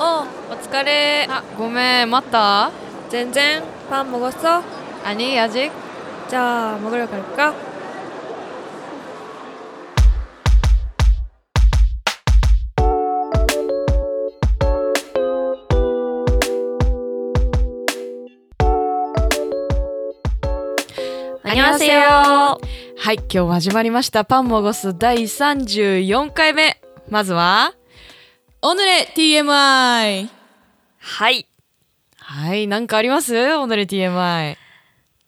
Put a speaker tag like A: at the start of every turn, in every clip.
A: おう
B: お疲れあごめん待った
A: 全然パン먹었어
B: 아니 아직
A: じゃあ먹으러갈까
B: 안녕하세요 はい今日も始まりましたパンもごす第34回目まずはオヌレ TMI
A: はい
B: はいなんかありますオヌレ TMI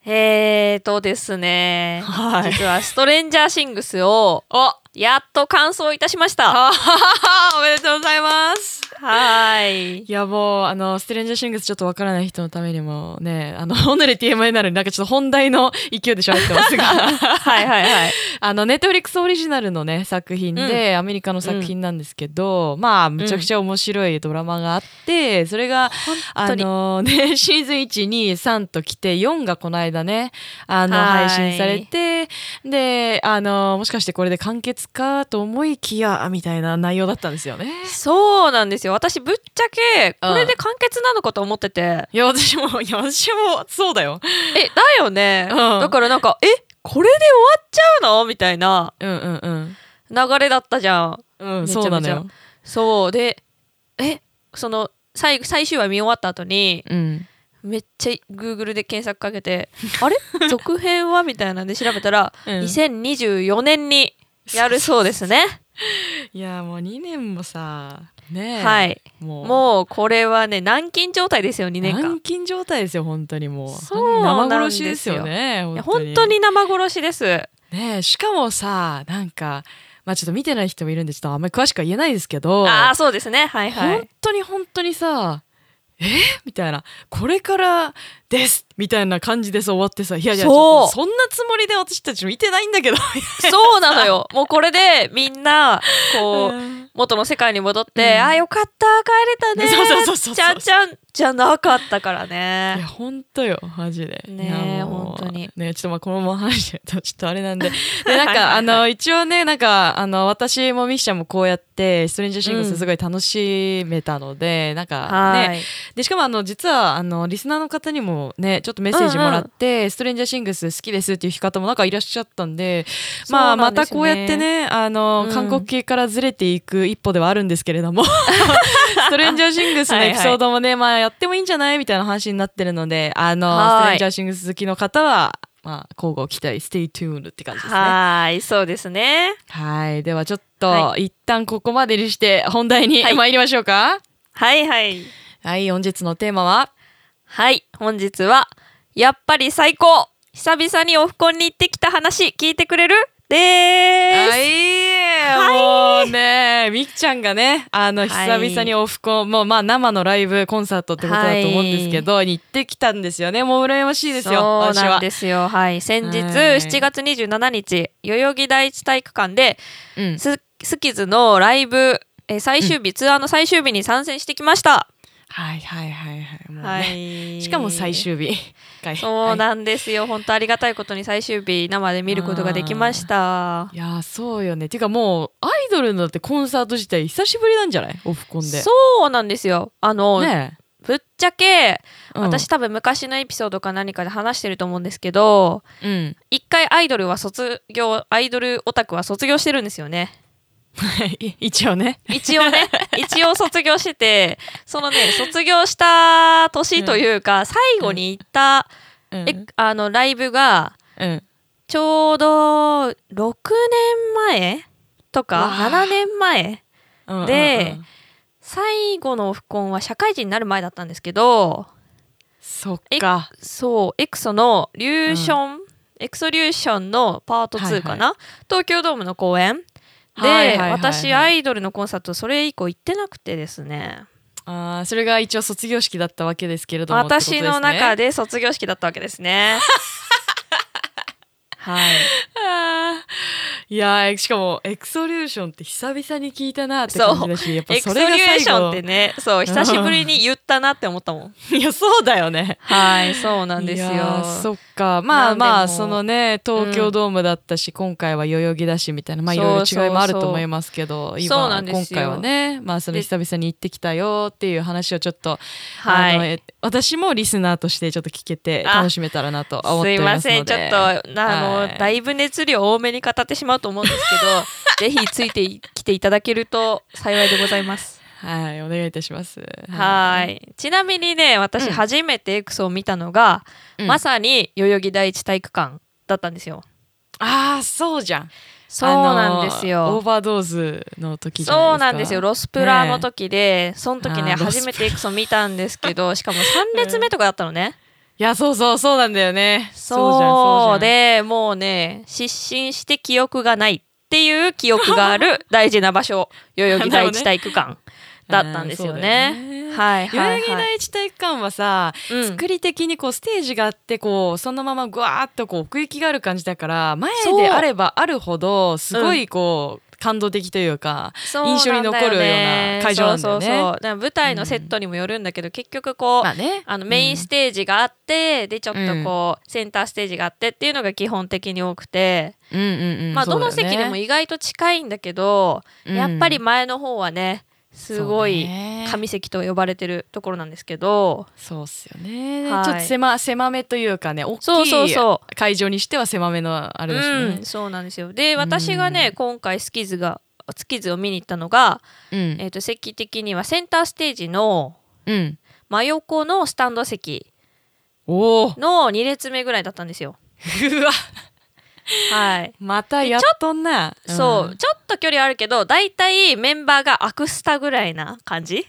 A: えーとですね、
B: はい
A: 実はストレンジャーシングスを
B: おあ
A: やっと完走いたしました。
B: はははおめでとうございます
A: はーい。
B: いやもうあのストレンジャーシングスちょっとわからない人のためにもねあのオヌレ TMI なのになんかちょっと本題の勢いで喋ってますが
A: はいはいはい。
B: あのネットフリックスオリジナルのね作品で、アメリカの作品なんですけど、まあむちゃくちゃ面白いドラマがあって、それが
A: 当
B: あ
A: に
B: のね シーズン123と来て4がこの間ねあの
A: はい
B: 配信されてであのもしかしてこれで完結かと思いきやみたいな内容だったんですよね。
A: そうなんですよ。私ぶっちゃけ、
B: うん
A: これで完結なのかと思ってて。
B: いや私もいや私もそうだよ。
A: え、だよね。
B: うん
A: だからなんか、え、これで終わっちゃうのみたいな
B: うんうんうん。
A: 流れだったじゃん。
B: うん、
A: めちゃめちゃ
B: そうなのよ。
A: そう。で、え、その、最最終話見終わった後に
B: うん。
A: めっちゃ Google で検索かけて あれ続編はみたいなんで調べたら、
B: うん
A: 2024年にやるそうですね。
B: いやもう2年もさねえ
A: はい。
B: もう
A: もうこれはね軟禁状態ですよ2年間
B: 軟禁状態ですよ本当にもう
A: そうなん
B: 生
A: で
B: 殺
A: す
B: し
A: よ
B: ですよね
A: いや
B: 本当
A: 本
B: に
A: 当に生殺しです
B: ねえしかもさなんかまあちょっと見てない人もいるんでちょっとあんまり詳しくは言えないですけど
A: ああそうですねはいはい
B: 本当に本当にさえみたいなこれからですみたいな感じでさ終わってさいやいや
A: そう
B: ちょっとそんなつもりで私たち見てないんだけど
A: そうなのよもうこれでみんなこう元の世界に戻って、
B: うん
A: ああよかった帰れたね
B: そうそうそうそうそう
A: ちゃんちゃんじゃなかったから
B: いや
A: ね
B: 本当よマジで
A: ねえ
B: いやもう
A: 本当に
B: ねちょっとまあこのまま話してるとちょっとあれな んでで
A: はい
B: なん
A: はいはい
B: かあの一応ねなんかあの私もミキちゃんもこうやってストレンジャーシング
A: うん
B: スすごい楽しめたので、なんか
A: は
B: ね
A: い
B: でしかもあの実はあのリスナーの方にもねちょっとメッセージもらって、ストレンジャーシングス好きですっていう方もなんかいらっしゃったんでまあ
A: そうな
B: ま
A: んで
B: た
A: すね
B: こうやってねあの、
A: うん
B: 韓国系からずれていく一歩ではあるんですけ れどもストレンジャーシングスのエピソードもねまあやってもいいんじゃないみたいな話になってるのであの
A: はい
B: ストレンジャーシングス好きの方はまあ交互期待 Stay tuned って感じですね
A: はいそうですね
B: はいではちょっと、
A: は
B: 一旦ここまでにして本題に
A: はい
B: 参りましょうか
A: はいはい
B: はい本日のテーマは
A: はい本日はやっぱり最高久々にオフコンに行ってきた話聞いてくれるでーす、
B: はい、もうね、みきちゃんがね、あの、
A: はい
B: 久々にオフコン、もうまあ生のライブ、コンサートってことだと思うんですけど、に行ってきたんですよね。もう羨ましいです
A: そ
B: よ、
A: う
B: 私
A: な
B: は
A: ん。ですよ。はい。先日、
B: はい
A: 7月27日、代々木第一体育館で、
B: うん
A: ススキズのライブ、えー最終日、ツアーの最終日に参戦してきました。
B: はいはいはいはい。もうね
A: はい。
B: しかも最終日。はい
A: そうなんですよ。本当ありがたいことに最終日、生で見ることができました
B: い。やーそうよね。ていうかもう、アイドルのだってコンサート自体久しぶりなんじゃないオフコンで。
A: そうなんですよ。あの、
B: ね
A: ぶっちゃけ、
B: うん
A: 私多分昔のエピソードか何かで話してると思うんですけど、
B: うん。
A: 一回アイドルは卒業、アイドルオタクは卒業してるんですよ ね。
B: 一応ね。
A: 一応ね一応卒業しててそのね卒業した年というか、最後に行った、
B: うん
A: えあのライブが
B: うん。
A: ちょうど6年前とか
B: わあ
A: 7年前
B: うん
A: で
B: うんうん
A: 最後のオフコンは社会人になる前だったんですけど
B: そっか。
A: そうエクソのリューション、エクソリューションのパート2かな、東京ドームの公演で、
B: はいはいはいはい
A: 私アイドルのコンサートそれ以降行ってなくてですね
B: あーそれが一応卒業式だったわけですけれども
A: 私の中
B: で
A: で卒業 式だったわけですね。はい。
B: あーいやーしかもエクソリューションって久々に聞いたなって感じだしやっぱ
A: エク
B: そ
A: ソ
B: れ
A: リ
B: が
A: ュ
B: 最後
A: ーションってねそう久しぶりに言ったなって思ったもん
B: いやそうだよね
A: はいそうなんですよ
B: いやーそっかまあま
A: な
B: あ
A: んでも
B: そのね東京ドームだったし、今回は代々木だしみたいなまあいろい
A: そうそう
B: ろ
A: そう
B: 違いもあると思いますけど
A: そ
B: 今
A: うなんで
B: 今
A: すよ
B: 回はねまあその
A: で
B: 久々に行ってきたよっていう話をちょっと、
A: は
B: あの
A: い
B: え私もリスナーとしてちょっと聞けて
A: あ
B: 楽しめたらなと思
A: す
B: って
A: い
B: おりま
A: ます
B: ので
A: せんちょっとあの、
B: はい
A: だいぶ熱量多めに語ってしまうと思うんですけ どぜひついてきていただけると幸いでございます
B: はいお願いいたします
A: はいちなみにね私
B: うん
A: 初めて X を見たのが、
B: うん
A: まさに代々木第一体育館だったんですよ
B: ああそうじゃん
A: そうなんですよ、
B: あのーオーバードーズの時じゃ
A: そうな
B: ない
A: ん
B: で
A: です
B: か
A: すよロスプラの時で、その時ね
B: あーロス
A: 初
B: プラ
A: めて X を見たんですけどしかも3列目とかだったのね、
B: いやそうそうそうなんだよね
A: そう
B: じゃんそうじゃん
A: でもうね失神して記憶がないっていう記憶があ る大事な場所代々木第一体育 館だったんですよね。
B: うんそうだよね
A: はいは
B: 代
A: い
B: 々木
A: はい。
B: 第一体育館はさ、
A: うん
B: 作り的にこうステージがあってこうそのままぐわーっとこう奥行きがある感じだから前
A: そう
B: であればあるほどすごいこう、感動的というか印象に残るような会場なんだ
A: そうそ
B: よね
A: うそうだから舞台のセットにもよるんだけど、結局こう、
B: まあね
A: あのメインステージがあって、でちょっとこう、センターステージがあってっていうのが基本的に多くて、
B: うんうんうん
A: まあどの席でも
B: い、
A: 意外と近いんだけど、
B: うん
A: やっぱり前の方はねすごい
B: そうね
A: 神席と呼ばれてるところなんですけど
B: そうっすよね、
A: はい
B: ちょっと狭狭めというかね大き
A: そうそう
B: い
A: そ
B: 会場にしては狭めのあ
A: う、
B: れだしね、
A: うん、そうなんですよで私がね、今回スキズがスキズを見に行ったのが、
B: うん
A: えー、と席的にはセンターステージの
B: うん、
A: 真横のスタンド席
B: おお
A: の2列目ぐらいだったんですよ。
B: うわ
A: はい
B: またやっとんな
A: そう、
B: ん
A: ちょっと距離はあるけどだいたいメンバーがアクスタぐらいな感じ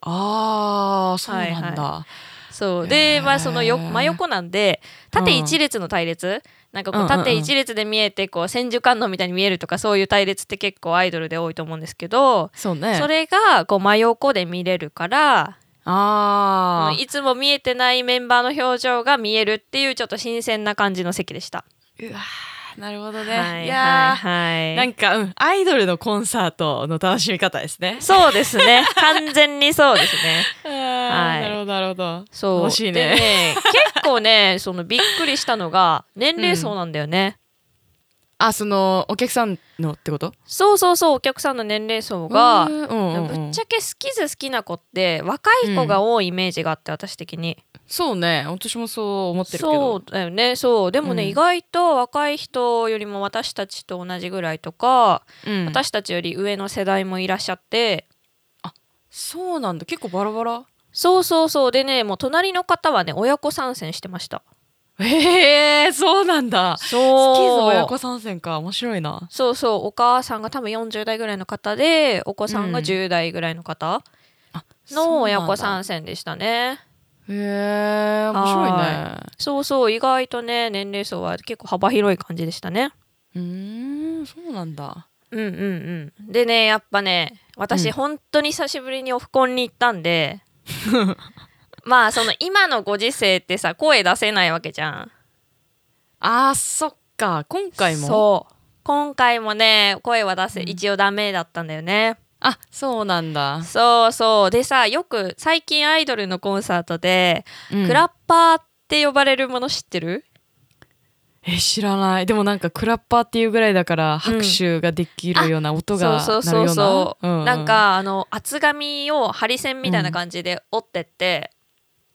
B: ああそうなんだ、
A: そう
B: へ
A: で
B: ー
A: まあそのよ真横なんで縦
B: うん
A: 一列の隊列、なんか
B: うん
A: こ
B: う
A: うん
B: うん
A: 縦一列で見えてこう千手観音みたいに見えるとかそういう隊列って結構アイドルで多いと思うんですけど、
B: そうね
A: それがこう真横で見れるから
B: あ
A: いつも見えてないメンバーの表情が見えるっていうちょっと新鮮な感じの席でした。
B: ーうわーなるほどね、、
A: はいい
B: やー、
A: はい、は
B: ないんか、うん、アイドルのコンサートの楽しみ方ですね
A: そうです ね完全にそうですね。
B: あー
A: はい
B: なるほどなるほど
A: そう
B: 楽し
A: で
B: いね
A: 結構ねそのびっくりしたのが年齢層なんだよね。
B: あそのお客さんのってこと
A: そうそうそうお客さんの年齢層が
B: うんうんうん
A: ぶっちゃけ好きず好きな子って若い子が多いイメージがあって私的に、
B: そうね私もそう思ってるけど
A: そうだよねそうでもね、
B: うん
A: 意外と若い人よりも私たちと同じぐらいとか、
B: うん
A: 私たちより上の世代もいらっしゃって
B: そうなんだ結構バラバラ
A: そうそうそうでねもう隣の方はね親子参戦してました
B: へえー、そうなんだ
A: そ
B: スキーズ親子参戦か面白いな
A: そうそうお母さんが多分40代ぐらいの方でお子さんが
B: うん
A: 10代ぐらいの方の親子参戦でしたね、
B: へえー、面白いね
A: はそうそう意外とね年齢層は結構幅広い感じでしたね
B: うーんそうなんだ
A: うんうんうんでねやっぱね私、
B: うん
A: 本当に久しぶりにオフコンに行ったんで まあその今のご時世ってさ声出せないわけじゃん
B: あーそっか今回も
A: そう今回もね声は出せ、
B: うん
A: 一応ダメだったんだよね
B: あそうなんだ、
A: そうそうでさよく最近アイドルのコンサートで、クラ
B: ッ
A: ッパーって呼ばれるもの知ってる
B: え知らないでもなんかクラッパーっていうぐらいだから拍手ができるような音が
A: そう
B: な
A: そ
B: る
A: う
B: よ
A: そうそ
B: うな
A: う、
B: うう
A: なんかあの厚紙を針線みたいな感じで折ってって、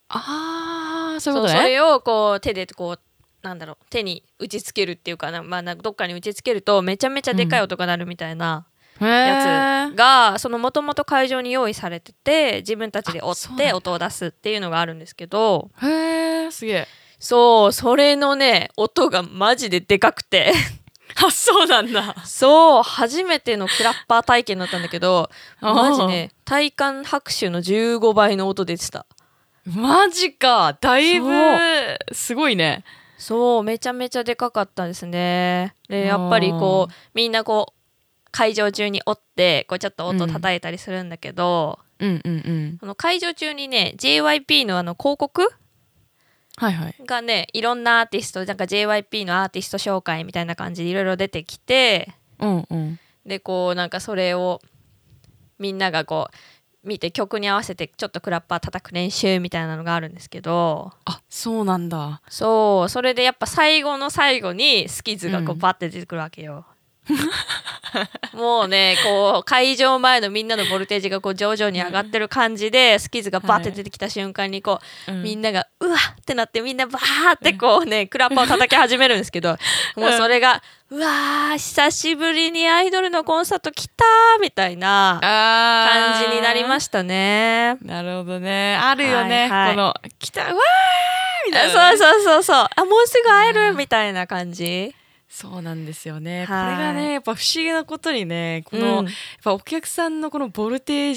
B: ああそういう
A: そう
B: こと
A: そ
B: ね
A: れをこう手でこうなんだろう手に打ちつけるっていうかな、まあ、なんかどっかに打ちつけるとめちゃめちゃでかい音が鳴るみたいな
B: へ
A: や
B: え
A: つが、そのもともと会場に用意されてて自分たちで折
B: あそ
A: っ
B: うなん
A: て
B: だ
A: 音を出すっていうのがあるんですけど
B: へえすげえ
A: そうそれのね音がマジででかく て
B: あそうなんだ
A: そう初めてのクラッパー体験だったんだけどマジね体感拍手の15倍の音出てた
B: マジかだいぶ
A: そ
B: すごいね
A: そうめちゃめちゃでかかったですねでやっぱりこうみんなこう会場中に折ってこうちょっと音叩いたりするんだけど、
B: うんうんうん
A: あの会場中にね JYP のあの広告
B: はいはい。
A: がねいろんなアーティストなんか JYP のアーティスト紹介みたいな感じでいろいろ出てきて
B: うんうん。
A: でこうなんかそれをみんながこう見て曲に合わせてちょっとクラッパー叩く練習みたいなのがあるんですけど
B: あそうなんだ。
A: そうそれでやっぱ最後の最後にスキズがこ
B: う
A: うんパッて出てくるわけよ。 もうねこう会場前のみんなのボルテージがこう徐々に上がってる感じでスキズがバッて出てきた瞬間にこうみん
B: な
A: ながうわってなってみんなバーってこう ね、クラッパーを叩き始めるんですけどもうそれがうわー久しぶりにアイドルのコンサート来たーみたいな
B: あ
A: 感じになりま
B: し
A: したね。
B: た。なるほどね。あるよね。
A: はいはい
B: この来たうわーみたいな、
A: そう
B: う。
A: そうそうそうあもうすぐ会え
B: う
A: る
B: ん
A: みたいな感じ。
B: そうなんですよね。これ
A: はい
B: がねやっぱ不思議なことにねこの、
A: うん
B: やっぱお客さんのこのボルテー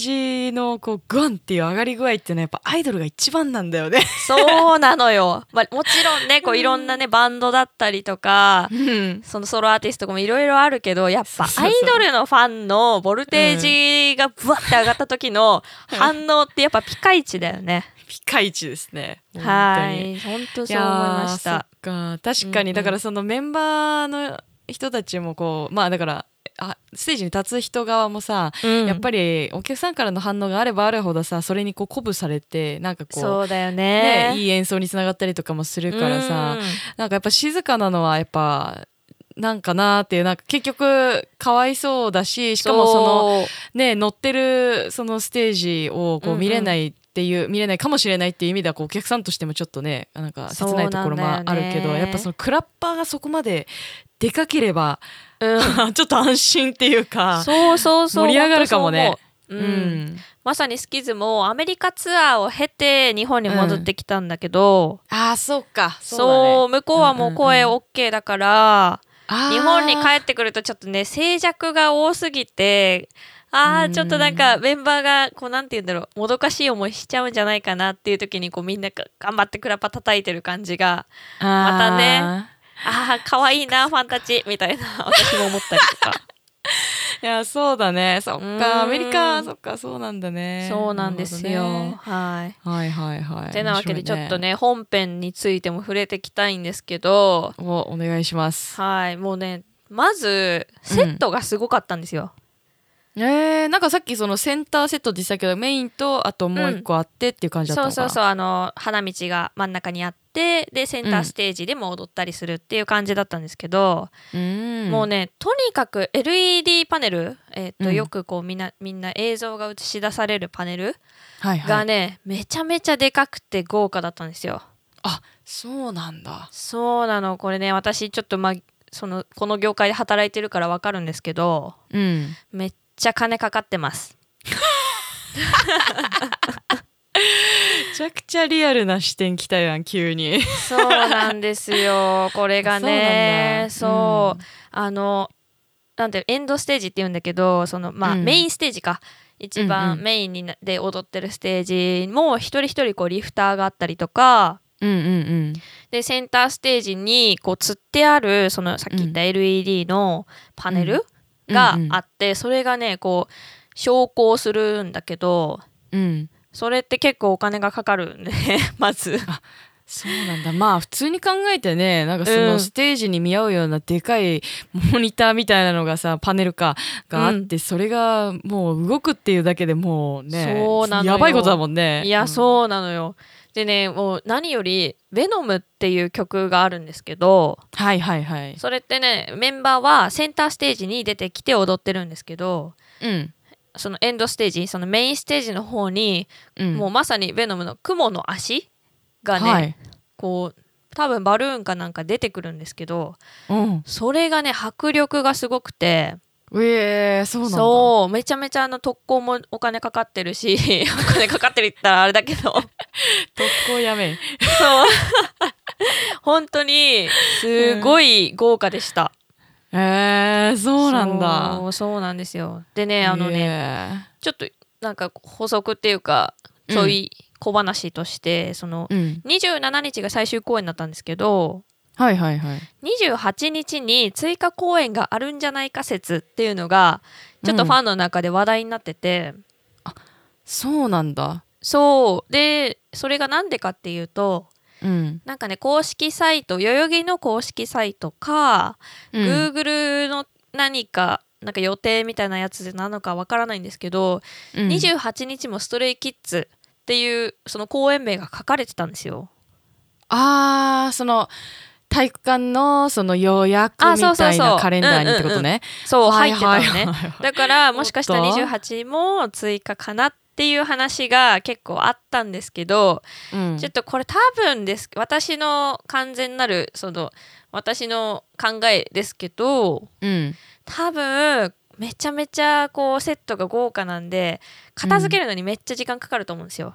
B: ジのこうグワンっていう上がり具合っていうのはやっぱアイドルが一番なんだよね。
A: そうなのよ、まあ、もちろんねこういろんなねバンドだったりとか
B: うん。
A: そのソロアーティストとかもいろいろあるけどやっぱ
B: そ
A: ア
B: うそう
A: イ
B: そう
A: ドルのファンのボルテージがブワッて上がった時の反応ってやっぱピカイチだよね。
B: ピカイチですね。本当
A: は
B: に。
A: い本当
B: い
A: そう
B: や
A: 思い
B: ー
A: まし。
B: そったか確
A: うん
B: か
A: う
B: に
A: ん
B: だからそのメンバーの人たちもこうまあだからあステージに立つ人側もさ、やっぱ
A: り
B: りお客さんからの反応があればあるほどさそれにこう鼓舞されてなんかこう
A: そうだよね
B: ね、いい演奏につながったりとかもするからさ、なんかやっぱ静かなのはやっぱなんかなーっていうなんか結局かわいそうだししかもその
A: の
B: ね、乗ってるそのステージをこ
A: うんう
B: うん見れないっていう、見れないかもしれないっていう意味ではこうお客さんとしてもちょっとねなんか切ないところもあ
A: そうなん
B: るけ
A: だ
B: ど、
A: よね
B: やっぱそのクラッパーがそこまででかければ、
A: うん
B: ちょっと安心っていうか
A: そうそうそう
B: 盛り上がるかもね。
A: 本当そう思ううんまさにスキズもアメリカツアーを経て日本に戻ってきたんだけど、
B: ああそうか
A: そう向こうはもう声
B: うんうんう
A: OK だから、
B: あー
A: 日本に帰ってくるとちょっとね静寂が多すぎてあ
B: う
A: ー
B: ん
A: ちょっとなんかメンバーがこうなんて言うんだろうもどかしい思いしちゃうんじゃないかなっていう時にこうみんなが頑張ってクラパ叩いてる感じがまたね
B: あ
A: あー可愛いなファンたちみたいな私も思ったりとか
B: ーいやそうだねそっ
A: うん
B: かアメリカそっか そうなんだね
A: そうなんですよ、
B: なるほどね
A: はい。
B: はいはいはい
A: てなわけでちょっと
B: 面
A: ね本編についても触れてきたいんですけど
B: 白いねおお願いします
A: はいもうねまずセットがすごかったんですよ。
B: えー、なんかさっきそのセンターセットって言ってたけどメインとあともう一個あってっていう感じだった
A: そう
B: のかな、
A: そうそうあの花道が真ん中にあってでセンターステージでも踊ったりするっていう感じだったんですけど、
B: うーん
A: もうねとにかく LED パネル、えーっと
B: うん
A: よくこうみんなみんな映像が映し出されるパネル
B: はいはい
A: がね、めちゃめちゃでかくて豪華だったんですよ。
B: あそうなんだ
A: そうなのこれね私ちょっと、まあ、そのこの業界で働いてるからわかるんですけど
B: うん
A: めっちゃ金かかってます。
B: めちゃくちゃリアルな視点きたやん急に
A: そうなんですよこれが ねそうあのなんてエンドステージって言うんだけどその、まあ
B: うん
A: メインステージか一
B: う
A: 番
B: んうん
A: メインになで踊ってるステージも一人一人こうリフターがあったりとか
B: うんうんうん
A: でセンターステージにこう吊ってあるそのさっき言った LED のパネル
B: うん
A: が
B: うん
A: あって、それがねこう昇降するんだけど
B: うん
A: それって結構お金がかかるんで まず。
B: そうなんだまあ普通に考えてねなんかそうの
A: ん
B: ステージに見合うようなでかいモニターみたいなのがさパネルかがあって、それがもう動くっていうだけでもうね
A: そうなのよ
B: やばいことだもんね
A: いや、
B: うん
A: そうなのよ。でね、もう何より、ヴェノムっていう曲があるんですけど、
B: はいはいはい
A: それってね、メンバーはセンターステージに出てきて踊ってるんですけど、
B: うん
A: そのエンドステージ、そのメインステージの方に、
B: うん
A: もうまさにヴェノムの雲の足がね、
B: はい
A: こう、多分バルーンかなんか出てくるんですけど、
B: うん、
A: それがね、迫力がすごくて、
B: えー、そうなんだ
A: そう、めちゃめちゃあの特攻もお金かかってるし、 お金かかってるって言ったらあれだけど、
B: 特攻やめん
A: そう。本当にすごい豪華でした。
B: えー、そうなんだ
A: そう。そうなんですよ。でね、あのね、
B: ね、
A: ちょっとなんか補足っていうか、ちょい小話として、その
B: うん、
A: 27日が最終公演だったんですけど、
B: はいはいはい
A: 28日に追加公演があるんじゃないか説っていうのが、ちょっとファンの中で話題になってて、
B: そうなんだ
A: そう。で、それがなんでかっていうと、
B: うん
A: なんかね公式サイト代々木の公式サイトか、
B: うん
A: Google の何かなんか予定みたいなやつなのかわからないんですけど、
B: うん
A: 28日もストレイキッズっていうその公演名が書かれてたんですよ。
B: あーその体育館のその予約
A: あ
B: み
A: そうそ
B: た
A: う
B: い
A: そう
B: なカレンダーにってことね。
A: そう
B: は
A: 入
B: い
A: ってたの
B: は
A: ね。
B: いはいは い
A: だからもしかしたら
B: おっと
A: 28も追加かなっていう話が結構あったんですけど、
B: うん
A: ちょっとこれ多分です私の完全なるその私の考えですけど
B: うん
A: 多分めちゃめちゃこうセットが豪華なんで片付けるのにめっちゃ時間かかると思うんですよ。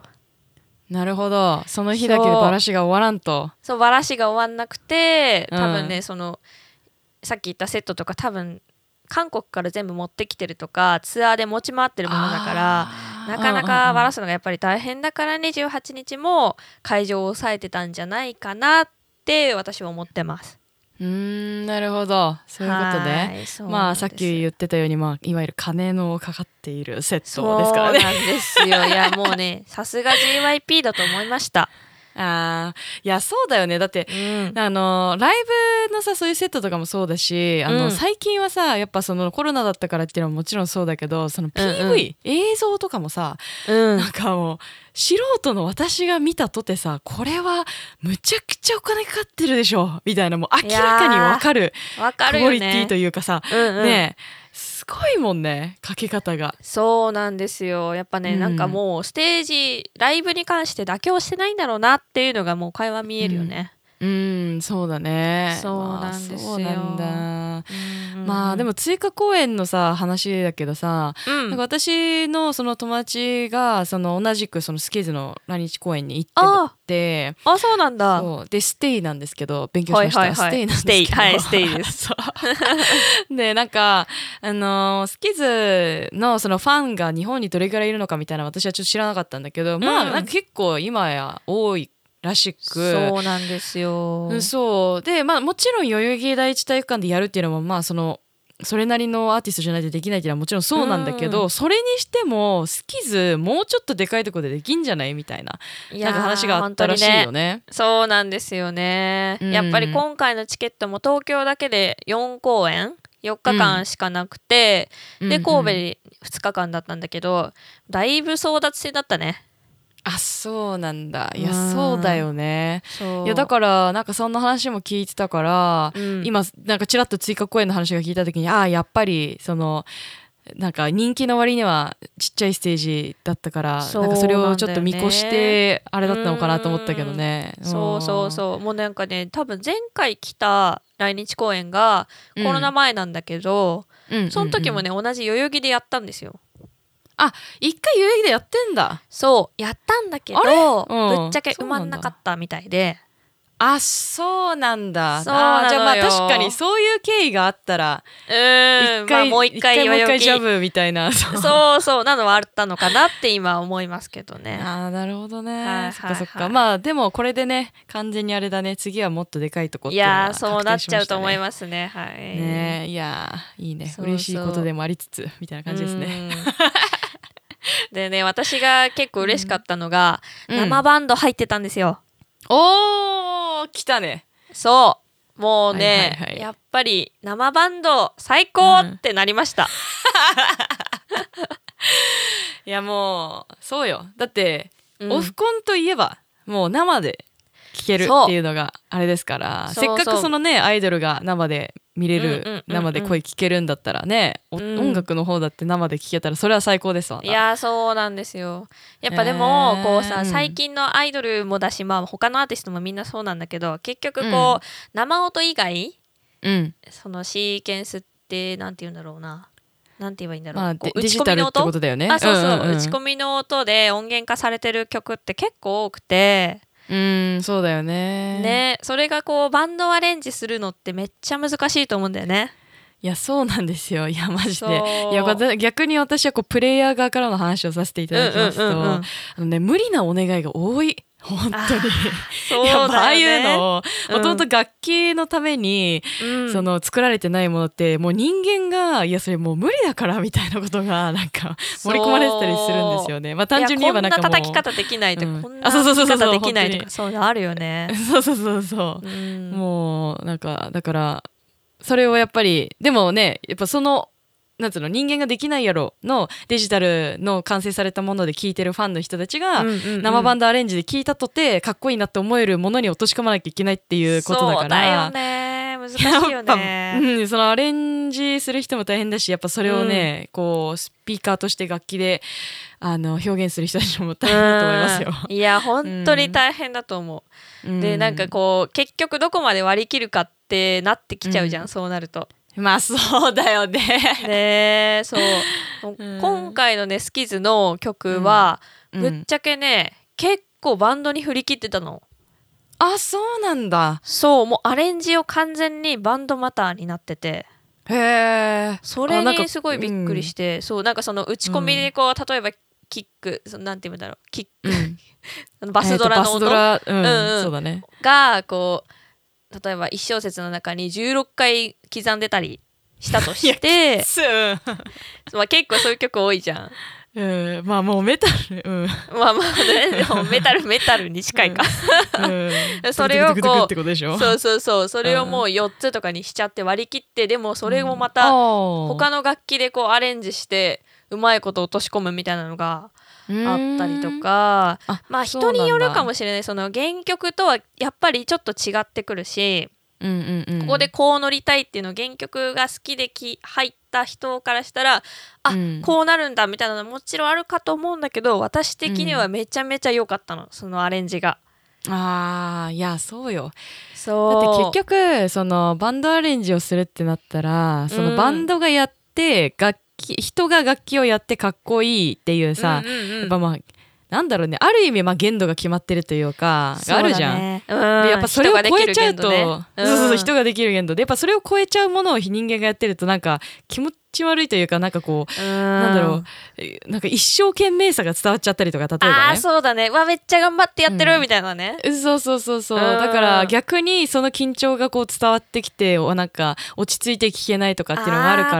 B: なるほどその日だけで
A: そう
B: バラシが終わらんと。
A: そうわらしが終わんなくて
B: うん
A: 多分ね、そのさっき言ったセットとか多分韓国から全部持ってきてるとかツアーで持ち回ってるものだから
B: あー
A: なかなかバラすのがやっぱり大変だから28日も会場を抑えてたんじゃないかなって私は思ってます。
B: うんうんうんなるほどそういうことね。
A: はいそう
B: ま
A: なん
B: あ
A: です
B: さっき言ってたように、まあ、いわゆる金のかかっているセッ
A: そ
B: ト
A: う
B: ですからね。
A: なんですよ。いやもうねさすが JYP だと思いました。
B: あーいやそうだよねだって
A: うん、
B: あのライブのさそういうセットとかもそうだしあの、
A: うん
B: 最近はさやっぱそのコロナだったからっていうのはもちろんそうだけどその PV、
A: うんうん
B: 映像とかもさ
A: うん
B: なんかもう素人の私が見たとてさこれはむちゃくちゃお金かかってるでしょみたいなもう明らかにわかる
A: わかる
B: ク
A: よ
B: オリティ
A: ね
B: と。いうかさ、
A: うんうん
B: ねえすごいもんねかけ方が。
A: そうなんですよやっぱね、
B: うん
A: なんかもうステージライブに関して妥協してないんだろうなっていうのがもう会話見えるよね。
B: うんそうだね
A: そうなんですよ
B: まあそうなんだ
A: うんうん
B: まあでも追加公演のさ話だけどさ
A: うん
B: なんか私のその友達がその同じくそのスキーズの来日公演に行っ
A: あ
B: てて
A: あそうなんだ。
B: そうでステイなんですけど勉強しました、
A: はいはいはい
B: ステイなんですけど
A: ステイはいステイです
B: でなんかあのースキーズのそのファンが日本にどれぐらいいるのかみたいな私はちょっと知らなかったんだけど、まあ
A: うん
B: なんか結構今や多いらしく
A: そうなんですよ。
B: うんそうでまあもちろん代々木第一体育館でやるっていうのもまあそのそれなりのアーティストじゃないとできないっていうのはもちろんそうなんだけど、
A: う
B: それにしてもスキズもうちょっとでかいとこでできんじゃないみたいない
A: や
B: な
A: ー
B: んか話があったらしい
A: 本当に
B: よ
A: ね
B: ね。
A: そうなんですよね、
B: うん
A: やっぱり今回のチケットも東京だけで4公演4日間しかなくて、で神戸
B: うんうん
A: で2日間だったんだけどだいぶ争奪戦だったね。
B: あそうなんだいや
A: うん
B: そうだよね。
A: そう
B: いやだからなんかそんな話も聞いてたから、
A: うん
B: 今なんかちらっと追加公演の話が聞いた時にああやっぱりそのなんか人気の割にはちっちゃいステージだったから
A: そ
B: な
A: うん
B: かそれをちょっと見
A: なんだよね
B: 越してあれだったのかなと思ったけどね。
A: そうそう
B: う
A: そうもうなんかね多分前回来た来日公演がコ
B: うん
A: ロナ前なんだけど、
B: ん。うんうんうん
A: その時もね、同じ代々木でやったんですよ
B: 一回代々木でやってんだ。
A: そうやったんだけど、
B: うん
A: ぶっちゃけ埋まんなかったみたいで
B: あそうなんだ。
A: そうなのよ
B: あーじゃあまあ確かにそういう経緯があったら
A: うーんまあもう一回
B: もう
A: 代
B: 一
A: 々
B: 回
A: 木
B: ジャブみたいな。そう
A: そうそうなのはあったのかなって今思いますけどね
B: ああなるほどね、
A: はい
B: そっかそっ
A: は
B: か、
A: いはい
B: まあでもこれでね完全にあれだね次はもっとでかいとこって
A: い
B: いうのは
A: やーそうなっちゃうと思い
B: ま
A: ますねはい
B: ねいやーいいね
A: そうそう
B: 嬉しいことでもありつつみたいな感じですね、
A: うんでね私が結構嬉しかったのが、
B: うん
A: 生バンド入ってたんですよ
B: おー来たね
A: そうもうね、
B: はいはいはい
A: やっぱり生バンド最高ってなりました、
B: いやもうそうよだって、
A: うん
B: オフコンといえばもう生で聴ける
A: そう
B: っていうのがあれですから
A: そうそう
B: せっかくそのねアイドルが生で見れる、
A: うんうんうんうん
B: 生で声聴けるんだったらね、お
A: うん
B: 音楽の方だって生で聴けたらそれは最高ですわない
A: やーそうなんですよやっぱでも、
B: えー
A: こう
B: う
A: さ
B: ん
A: 最近のアイドルもだしまあ他のアーティストもみんなそうなんだけど結局こう、
B: うん
A: 生音以外
B: うん
A: そのシーケンスってなんて言うんだろうななんて言えばいいんだろう,、
B: まあ、
A: こ
B: デ
A: う
B: デジタルってことだよね。
A: あそうそう,、
B: んんん
A: 打ち込みの音で音源化されてる曲って結構多くて、
B: うん、そうだよね。。
A: ねそれがこうバンドをアレンジするのってめっちゃ難しいと思うんだよね。
B: いや、そうなんですよ。いや、マジで。
A: そう
B: いや、わた逆に私はこう、プレイヤー側からの話をさせていただきますと、
A: うんうんうんうん
B: あのね、無理なお願いが多い。 本当に
A: そう
B: やっぱあ
A: だ
B: あい
A: よ
B: う
A: ね
B: のをもとも
A: う
B: と楽器のために、
A: うん
B: その作られてないものってもう人間がいやそれもう無理だからみたいなことがなんか
A: そう
B: 盛り込まれてたりするんですよね。まあ単純に言えばなんかも
A: い
B: う
A: やこんな叩き方できないとか、
B: うん
A: こん
B: あ
A: な
B: そうそう
A: 叩き
B: そうそう
A: 方できないと
B: 本当。
A: かそういうのあるよね
B: そうそうそうそうう、
A: ん、
B: もうなんかだからそれをやっぱりでもねやっぱそのなんつうの人間ができないやろのデジタルの完成されたもので聴いてるファンの人たちが、生バン
A: ン
B: ドアレンジで聴いたとてかっこいいなって思えるものに落とし込まなきゃいけないっていうことだから
A: そうだよね難しい
B: や
A: よ
B: っぱ、
A: ね。
B: うん、そのアレンジする人も大変だしやっぱそれをね、こうスピーカーとして楽器であの表現する人たちも大変だと思いますよ。
A: うんいや本当に大変だと思
B: う
A: う。
B: ん
A: でなんかこう結局どこまで割り切るかってなってきちゃうじゃん、
B: うん
A: そうなると。
B: まあそうだよね。
A: ねえそう
B: うん
A: 今回のねスキズの曲は、
B: うん
A: ぶっちゃけね結構バンドに振り切ってたの。
B: あそうなんだ。
A: そうもうアレンジを完全にバンドマターになってて。
B: へえ。
A: そ
B: あ
A: れ
B: なんか
A: にすごいびっくりして、そうなんかその打ち込みでこう、例えばキックそのなんて言うんだろうキック、あ のバスドラの音
B: えーとバスドラ、うん
A: うんうん
B: そうだね。
A: がこう例えば1小節の中に16回刻んでたりしたとして まあ、結構そういう曲多いじゃん。
B: うん、 まあもうメタル、うん
A: まあまあねでもメタルメタルに近いか。
B: う ん、
A: それをこう
B: ドクドクドクドクってことでしょ。
A: そうそうそうそれをもう4つとかにしちゃって割り切ってでもそれをまた他
B: 他
A: の楽器でこうアレンジしてうまいこと落とし込むみたいなのがあったりとか
B: あ
A: まあ
B: そうな
A: 人
B: んだ
A: によるかもしれないその原曲とはやっぱりちょっと違ってくるし、
B: うんうんうん、
A: ここでこう乗りたいっていうのを原曲が好きでき入った人からしたらあ、
B: うん
A: こうなるんだみたいなのもちろんあるかと思うんだけど私的にはめちゃめちゃ良かったのそのアレンジが。
B: ああいやそうよだ
A: そう
B: って結局そのバンドアレンジをするってなったらそうの
A: ん
B: バンドがやって楽器人が楽器をやってかっこいいっていうさ、
A: うんうんうん
B: やっぱまあなんだろうねある意味まあ限度が決まってるというかがあるじゃん。
A: そうだねう
B: でやっぱそれを超えちゃうと、
A: 人ができる限度ね
B: そうそうそうん人ができる限度でやっぱそれを超えちゃうものを人間がやってるとなんか気持ち悪いというかなんかこう、なんだろうえなんか一生懸命さが伝わっちゃったりとか例えばね
A: ああそうだねうわめっちゃ頑張ってやってる、
B: うん
A: みたいなね
B: そうそうそうそう
A: うん
B: だから逆にその緊張がこう伝わってきておなんか落ち着いて聞けないとかっていうのもあるか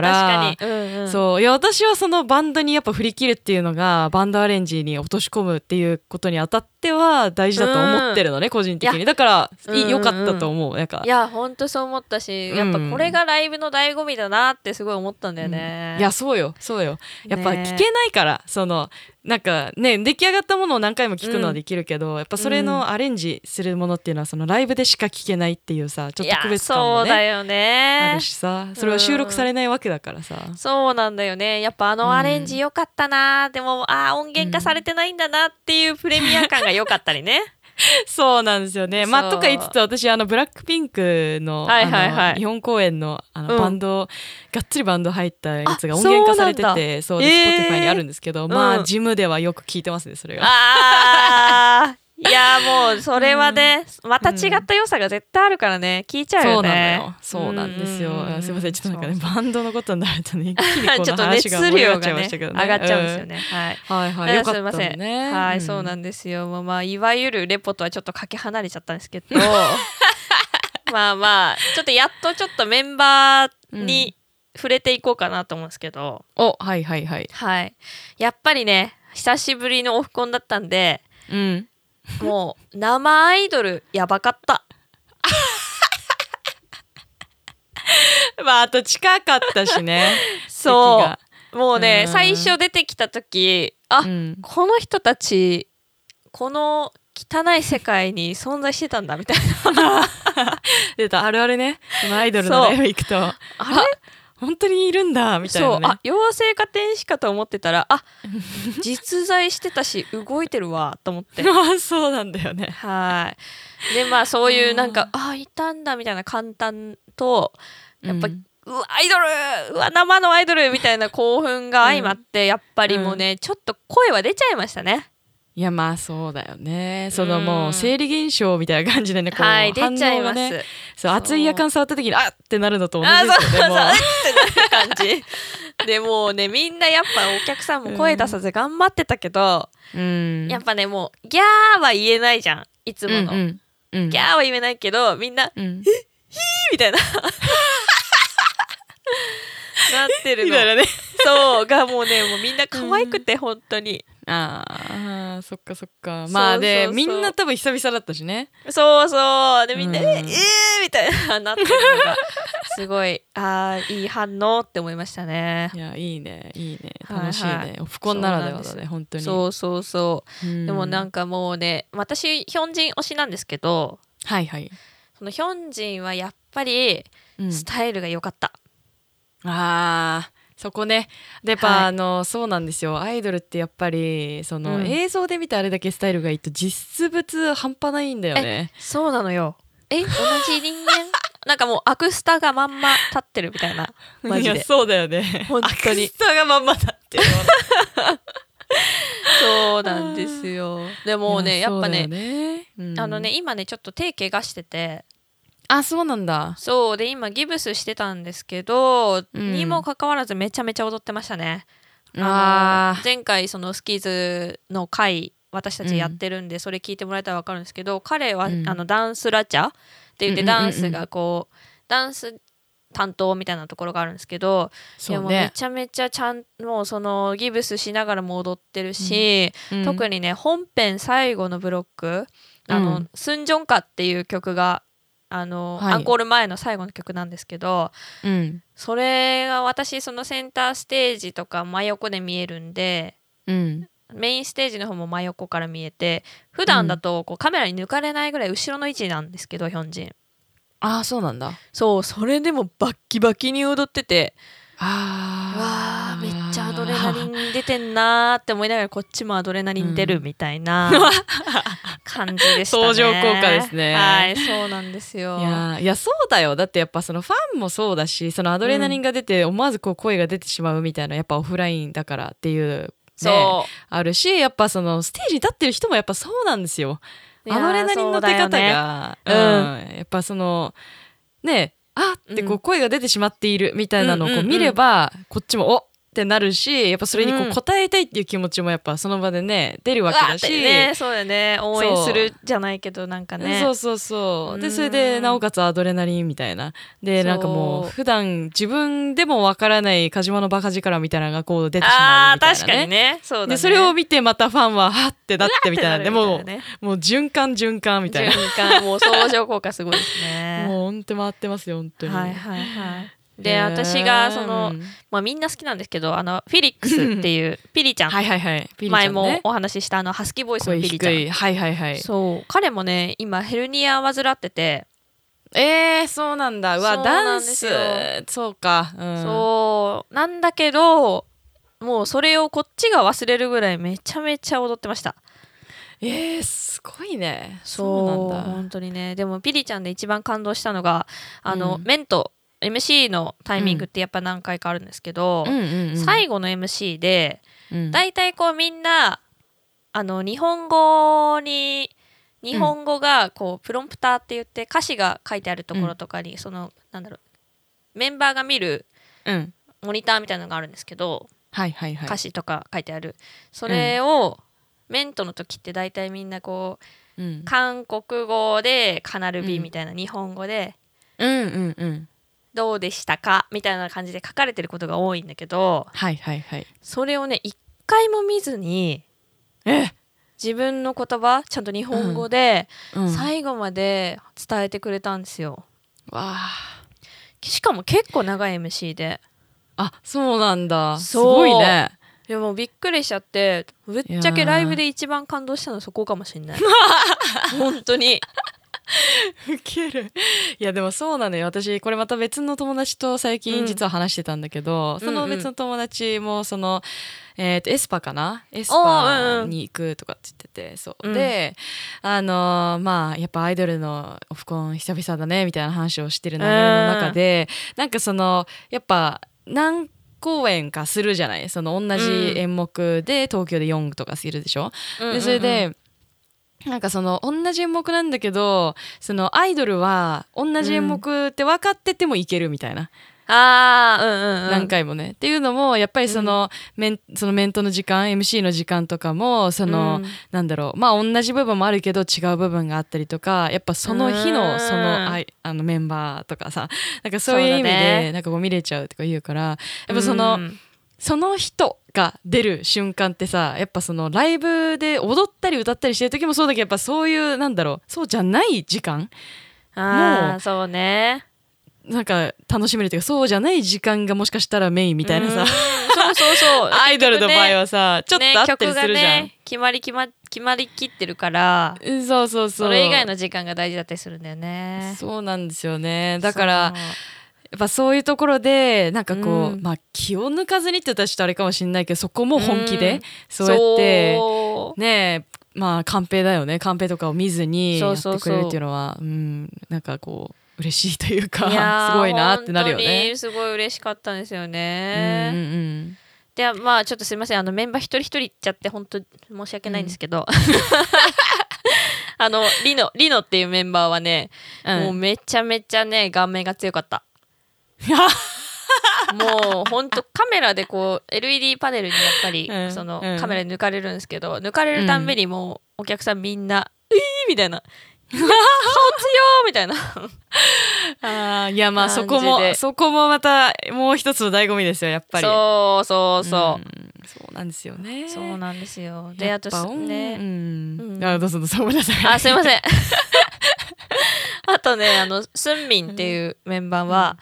A: ー
B: ら
A: 確かに、うんうん
B: そういや私はそのバンドにやっぱ振り切るっていうのがバンドアレンジに落とし込むっていうことにあたっては大事だと思ってるのね、個人的
A: い
B: にだから
A: うんうんう
B: い
A: ん
B: 良かったと思うなんか
A: いや本当そう思ったし
B: うん
A: やっぱこれがライブの醍醐味だなってすごい思ったんだよね、
B: いやそうよそうよやっぱ
A: ね
B: 聞けないから、そのなんかね出来上がったものを何回も聞くのはできるけど、やっぱそれのアレンジするものっていうのはそのライブでしか聞けないっていうさちょっと特別感も
A: いやそう
B: ね
A: だよ
B: あ
A: ね
B: るしさそれは収録されないわけだからさ、
A: そうなんだよねやっぱあ
B: うん
A: のアレンジ良かったな、でもあー音源化されてないんだなっていうプレミア感が良かったりね
B: そうなんですよねま
A: そ
B: あ
A: う
B: とか言いつつ私あのブラックピンクの,、
A: はいはいはい
B: あの日本公演のあの、
A: うん
B: バンドがっつりバンド入ったやつが
A: あ
B: 音源化されて
A: そうなん
B: てそう
A: え
B: で
A: ー
B: Spotify にあるんですけど、ま
A: う
B: あ
A: ん
B: ジムではよく聞いてますねそれが。
A: あーいやもうそれはね、また違った良さが絶対あるからね聞いちゃう
B: そう
A: よ
B: なの
A: ね
B: よ。そうなんですよ。
A: ううう
B: あすいません、ちょっとなんかね
A: そう、
B: バンドのことになる とね、一気に
A: そう
B: こ
A: ちょ
B: の
A: っと
B: 話が
A: 熱
B: 盛り上が
A: 量
B: っちゃ
A: が
B: いま
A: ね
B: したけどね。
A: 上がっちゃうんですよ
B: ね。
A: ね、はい
B: はいはい、
A: い
B: よ
A: や
B: か
A: す
B: った
A: いま
B: の
A: せん
B: ね。
A: は
B: うん
A: い、そうなんですよ。まあまあ、いわゆるレポとはちょっとかけ離れちゃったんですけ ど、まあまあ、ちょっとやっとちょっとメンバーに触れていこうかなと思うんですけど、
B: お、はいはいはい。
A: はい。やっぱりね、久しぶりのオフコンだったんで、
B: うん。
A: もう生アイドルやばかった。
B: まあ、あと近かったしね。
A: そ
B: 席
A: う。もうね、
B: うん
A: 最初出てきた時、あ、
B: がうん
A: この人たち、この汚い世界に存在してたんだみたいな。
B: 出た、あるあるね。そのアイドルのライブ行くと、あ
A: あれ
B: 本当にいるんだ、みたい
A: そう
B: なね
A: あ。妖精か天使かと思ってたらあ実在してたし動いてるわと思っ て
B: まあそうなんだよね。
A: はいでまあそういうなん
B: うん
A: かあいたんだみたいな簡単とやっぱ
B: うん
A: うわアイドルうわ生のアイドルみたいな興奮が相まって、やっぱりもうね、ちょっと声は出ちゃいましたね
B: いや、まあそうだよね。その
A: うん
B: もう、生理現象みたいな感じでね、こう、
A: はい出ちゃい
B: 反応が
A: ます、
B: ねそう
A: そう
B: 熱い夜間触った時にあっってなるのと同じ
A: あ
B: で
A: そう
B: す
A: そう
B: よ
A: そう
B: ねもう
A: う ってなる感じでもうねみんなやっぱお客さんも声出さず頑張ってたけど、
B: うん
A: やっぱねもうギャーは言えないじゃんいつもの、
B: うんうんうん
A: ギャーは言えないけどみんな 「
B: うん
A: み たいななってる
B: み
A: の
B: たいなね
A: そうがもうねもうみんな可愛くて本当に、
B: あーそっかそっかまあで
A: そうそうそう
B: みんな多分久々だったしね
A: そうそうでみんな「
B: うん
A: ええー、みたいななってるのが すごいあーいい反応って思いましたね
B: いやいいねいいね
A: はいはい
B: 楽しいね、オフコンならでは
A: そうな
B: だ
A: んで
B: ね本当に
A: そうそうそう
B: う、
A: でもなん
B: か
A: かもうね私ヒョンジン推しなんですけど
B: はいはい、
A: そのヒョンジンはやっぱり
B: うん
A: スタイルが良かった、
B: あーそこねでやっぱ、
A: はい
B: あのそうなんですよアイドルってやっぱりその、
A: うん
B: 映像で見てあれだけスタイルがいいと実物半端ないんだよね
A: そうなのよえ同じ人 間なんかもうアクスタがまんま立ってるみたいなマ
B: い
A: ジ
B: や
A: で
B: そうだよね
A: 本当に
B: アクスタがまんまだっていう のは
A: そうなんですよ。でもね、
B: い
A: やっぱ
B: そうだよ
A: ね、
B: うん
A: あのね、今ね、ちょっと手怪我してて、
B: あそうなんだ
A: そう、で、今、ギブスしてたんですけど、
B: ん
A: にもかかわらず、めちゃめちゃ踊ってましたね。あ
B: あ
A: の
B: ー
A: 前回、そのスキーズの回、私たちやってるんで、それ聞いてもらえたらわかるんですけど、彼は、
B: うん
A: あの、ダンスラチャって言って、
B: うんうんう
A: ダ
B: んうん
A: ンスがこう、ダンス担当みたいなところがあるんですけど、い
B: そ
A: や
B: う
A: もうめ
B: ね
A: ちゃめちゃちゃんもうそのギブスしながらも踊ってるし、
B: うん
A: 特にね本編最後のブロック「あの
B: うん
A: スンジョンカ」っていう曲があの、
B: はい
A: アンコール前の最後の曲なんですけど
B: うん
A: それが私そのセンターステージとか真横で見えるんで
B: うん
A: メインステージの方も真横から見えて普段だとこうカメラに抜かれないぐらい後ろの位置なんですけどヒョンジン
B: ああそうなんだ
A: そうそれでもバッキバキに踊っててうわ
B: あ
A: ー
B: ー
A: めっちゃアドレナリン出てんなーって思いながらこっちもアドレナリン出るみたいな感じでしたね
B: 相乗効果ですね
A: はいそうなんですよ
B: いやーいやそうだよだってやっぱそのファンもそうだしそのアドレナリンが出て思わずこう声が出てしまうみたいなやっぱオフラインだからっていう、ね、
A: そ
B: あるしやっぱそのステージに立ってる人もやっぱそうなんですよ
A: う
B: アドレナリンの出方
A: いや
B: がう、
A: そうだよ
B: ん、やっぱそのねあってこ
A: うん
B: う声が出てしまっているみたいなのを
A: うん
B: こ
A: う
B: うん
A: うん
B: 見れば、こっちもおってなるしやっぱそれにこ
A: うん
B: う応えたいっていう気持ちもやっぱその場でね出る
A: ー
B: わ
A: わ
B: け
A: ー
B: だ
A: って
B: し、
A: ねそうだよね応援するじゃないけどなんかね
B: そうそうそう
A: う
B: で
A: ん
B: それでなおかつアドレナリンみたいなで
A: そう
B: なんかもう普段自分でもわからないカジマのバカ力みたいなのがこう出てしま
A: あー
B: うみたいな、ね、
A: 確かにねそうだね
B: でそれを見てまたファンははってなってみたいな
A: うわーってなる
B: でも
A: みたいなね
B: うもう循環循環みたいな
A: 循環もう相乗効果すごいですね
B: もう本当回ってますよ本当に、
A: はいはいはい
B: へ
A: で
B: ー
A: 私がその、
B: うん
A: まあ、みんな好きなんですけどあのフィリックスっていうピリちゃん
B: はいはいはいピリちゃん
A: 前
B: ね
A: もお話ししたあのハスキーボイスの
B: 声
A: ピリちゃ
B: 低
A: ん
B: いはいはいはい
A: そう彼もね今ヘルニア患ってて、
B: えー、そうなんだうわ
A: そう
B: ダ
A: な
B: ン
A: んです
B: ス
A: よ
B: そうか、うん、
A: そうなんだけどもうそれをこっちが忘れるぐらいめちゃめちゃ踊ってました
B: えー、すごいね
A: そう
B: そうなんだ
A: 本当にねでもピリちゃんで一番感動したのがあの、
B: うん
A: メント MC のタイミングってやっぱ何回かあるんですけど、
B: うんうんうん、
A: 最後の MC で
B: うん
A: 大体こうみんなあの日本語に日本語がこうプロンプターって言って歌詞が書いてあるところとかに、そのなんだろうメンバーが見る
B: うん
A: モニターみたいなのがあるんですけど、
B: はいはいはい
A: 歌詞とか書いてあるそれを、メントの時って大体みんなこう
B: うん
A: 韓国語でカナルビみたいな、日本語で
B: うんうんうん
A: どうでしたかみたいな感じで書かれてることが多いんだけど
B: はいはいはい
A: それをね一回も見ずに
B: え、
A: 自分の言葉ちゃんと日本語で
B: うん、わ
A: 最後まで伝えてくれたんですよ。
B: あ
A: しかも結構長い MC で。
B: あそうなんだす
A: そ
B: ご
A: う
B: いね
A: でもびっくりしちゃってぶっちゃけライブで一番感動したのそこかもしれない本当に
B: ウケるいやでもそうなのよ私これまた別の友達と最
A: うん
B: 近実は話してたんだけど、その別の友達もその、えーとエスパかなエス
A: うんう
B: パ
A: ん
B: に行くとかって言っててそう、
A: うん
B: であのーまあやっぱアイドルのオフコン久々だねみたいな話をしてる内容の中で、なんかそのやっぱ何公演かするじゃないその同じ演目で、東京で4とかするでしょ、でそれで、なんかその同じ演目なんだけどそのアイドルは同じ演目って分かっててもいけるみたいな、
A: ああうんうん、うん、
B: 何回もね、っていうのもやっぱりその,、メンそのメントの時間 MC の時間とかもその、
A: うん
B: なんだろうまあ同じ部分もあるけど違う部分があったりとかやっぱその日
A: うん
B: のそのあいあのメンバーとかさなんかそういう
A: そ
B: 意味
A: うだね
B: でなんかこう見れちゃうとか言うからやっぱその、
A: うん
B: その人が出る瞬間ってさやっぱそのライブで踊ったり歌ったりしてる時もそうだけどやっぱそういうなんだろうそうじゃない時間
A: あ
B: も
A: あ
B: う
A: そうね
B: なんか楽しめるというかそうじゃない時間がもしかしたらメインみたいな
A: う
B: さ
A: んそうそうそう
B: アイドルの場合はさ、ちょっ
A: ね
B: とあったりするじゃん、
A: ね、決まり決ま決まりきってるから
B: うんそうそうそう
A: それ以外の時間が大事だったりするんだよね
B: そうなんですよねだから
A: そう
B: やっぱそういうところでなんかこう、
A: うん
B: まあ気を抜かずにって言ったらちょっとあれかもしれないけどそこも本気で、
A: うん
B: そうやって
A: そう
B: ねえまあカンペだよねカンペとかを見ずに
A: そ
B: や
A: う
B: って
A: そう
B: く
A: そう
B: れるっていうのはうんなんかこう嬉しいというか
A: いやー
B: すごいなってなるよ
A: 本当
B: ね
A: に。すごい嬉しかったんですよ
B: うん
A: ね。
B: うんうん
A: ではまあちょっとすいませんあのメンバー一人一人行っちゃって本当申し訳ないんですけど、 あのリノリノっていうメンバーはね、
B: うん
A: もうめちゃめちゃね顔面が強かった。もうほんとカメラでこう LED パネルにやっぱり、
B: うん
A: その
B: うん
A: カメラに抜かれるんですけど抜かれるたんびにもうお客さんみんな「えー!」みたいな「顔強ー!」みたいな
B: あ ーいやまあ
A: 感じ
B: そ
A: で
B: こもそこもまたもう一つの醍醐味ですよやっぱり。
A: そうそうそう。
B: んそうなんですよね。
A: そうなんですよ。で、
B: やっ
A: あと
B: ぱ
A: す
B: 音う
A: ね。うん
B: ん。あどうぞどうぞごめんなさい。
A: あ、すいません。 あとね、あの、スンミンっていうメンバーは、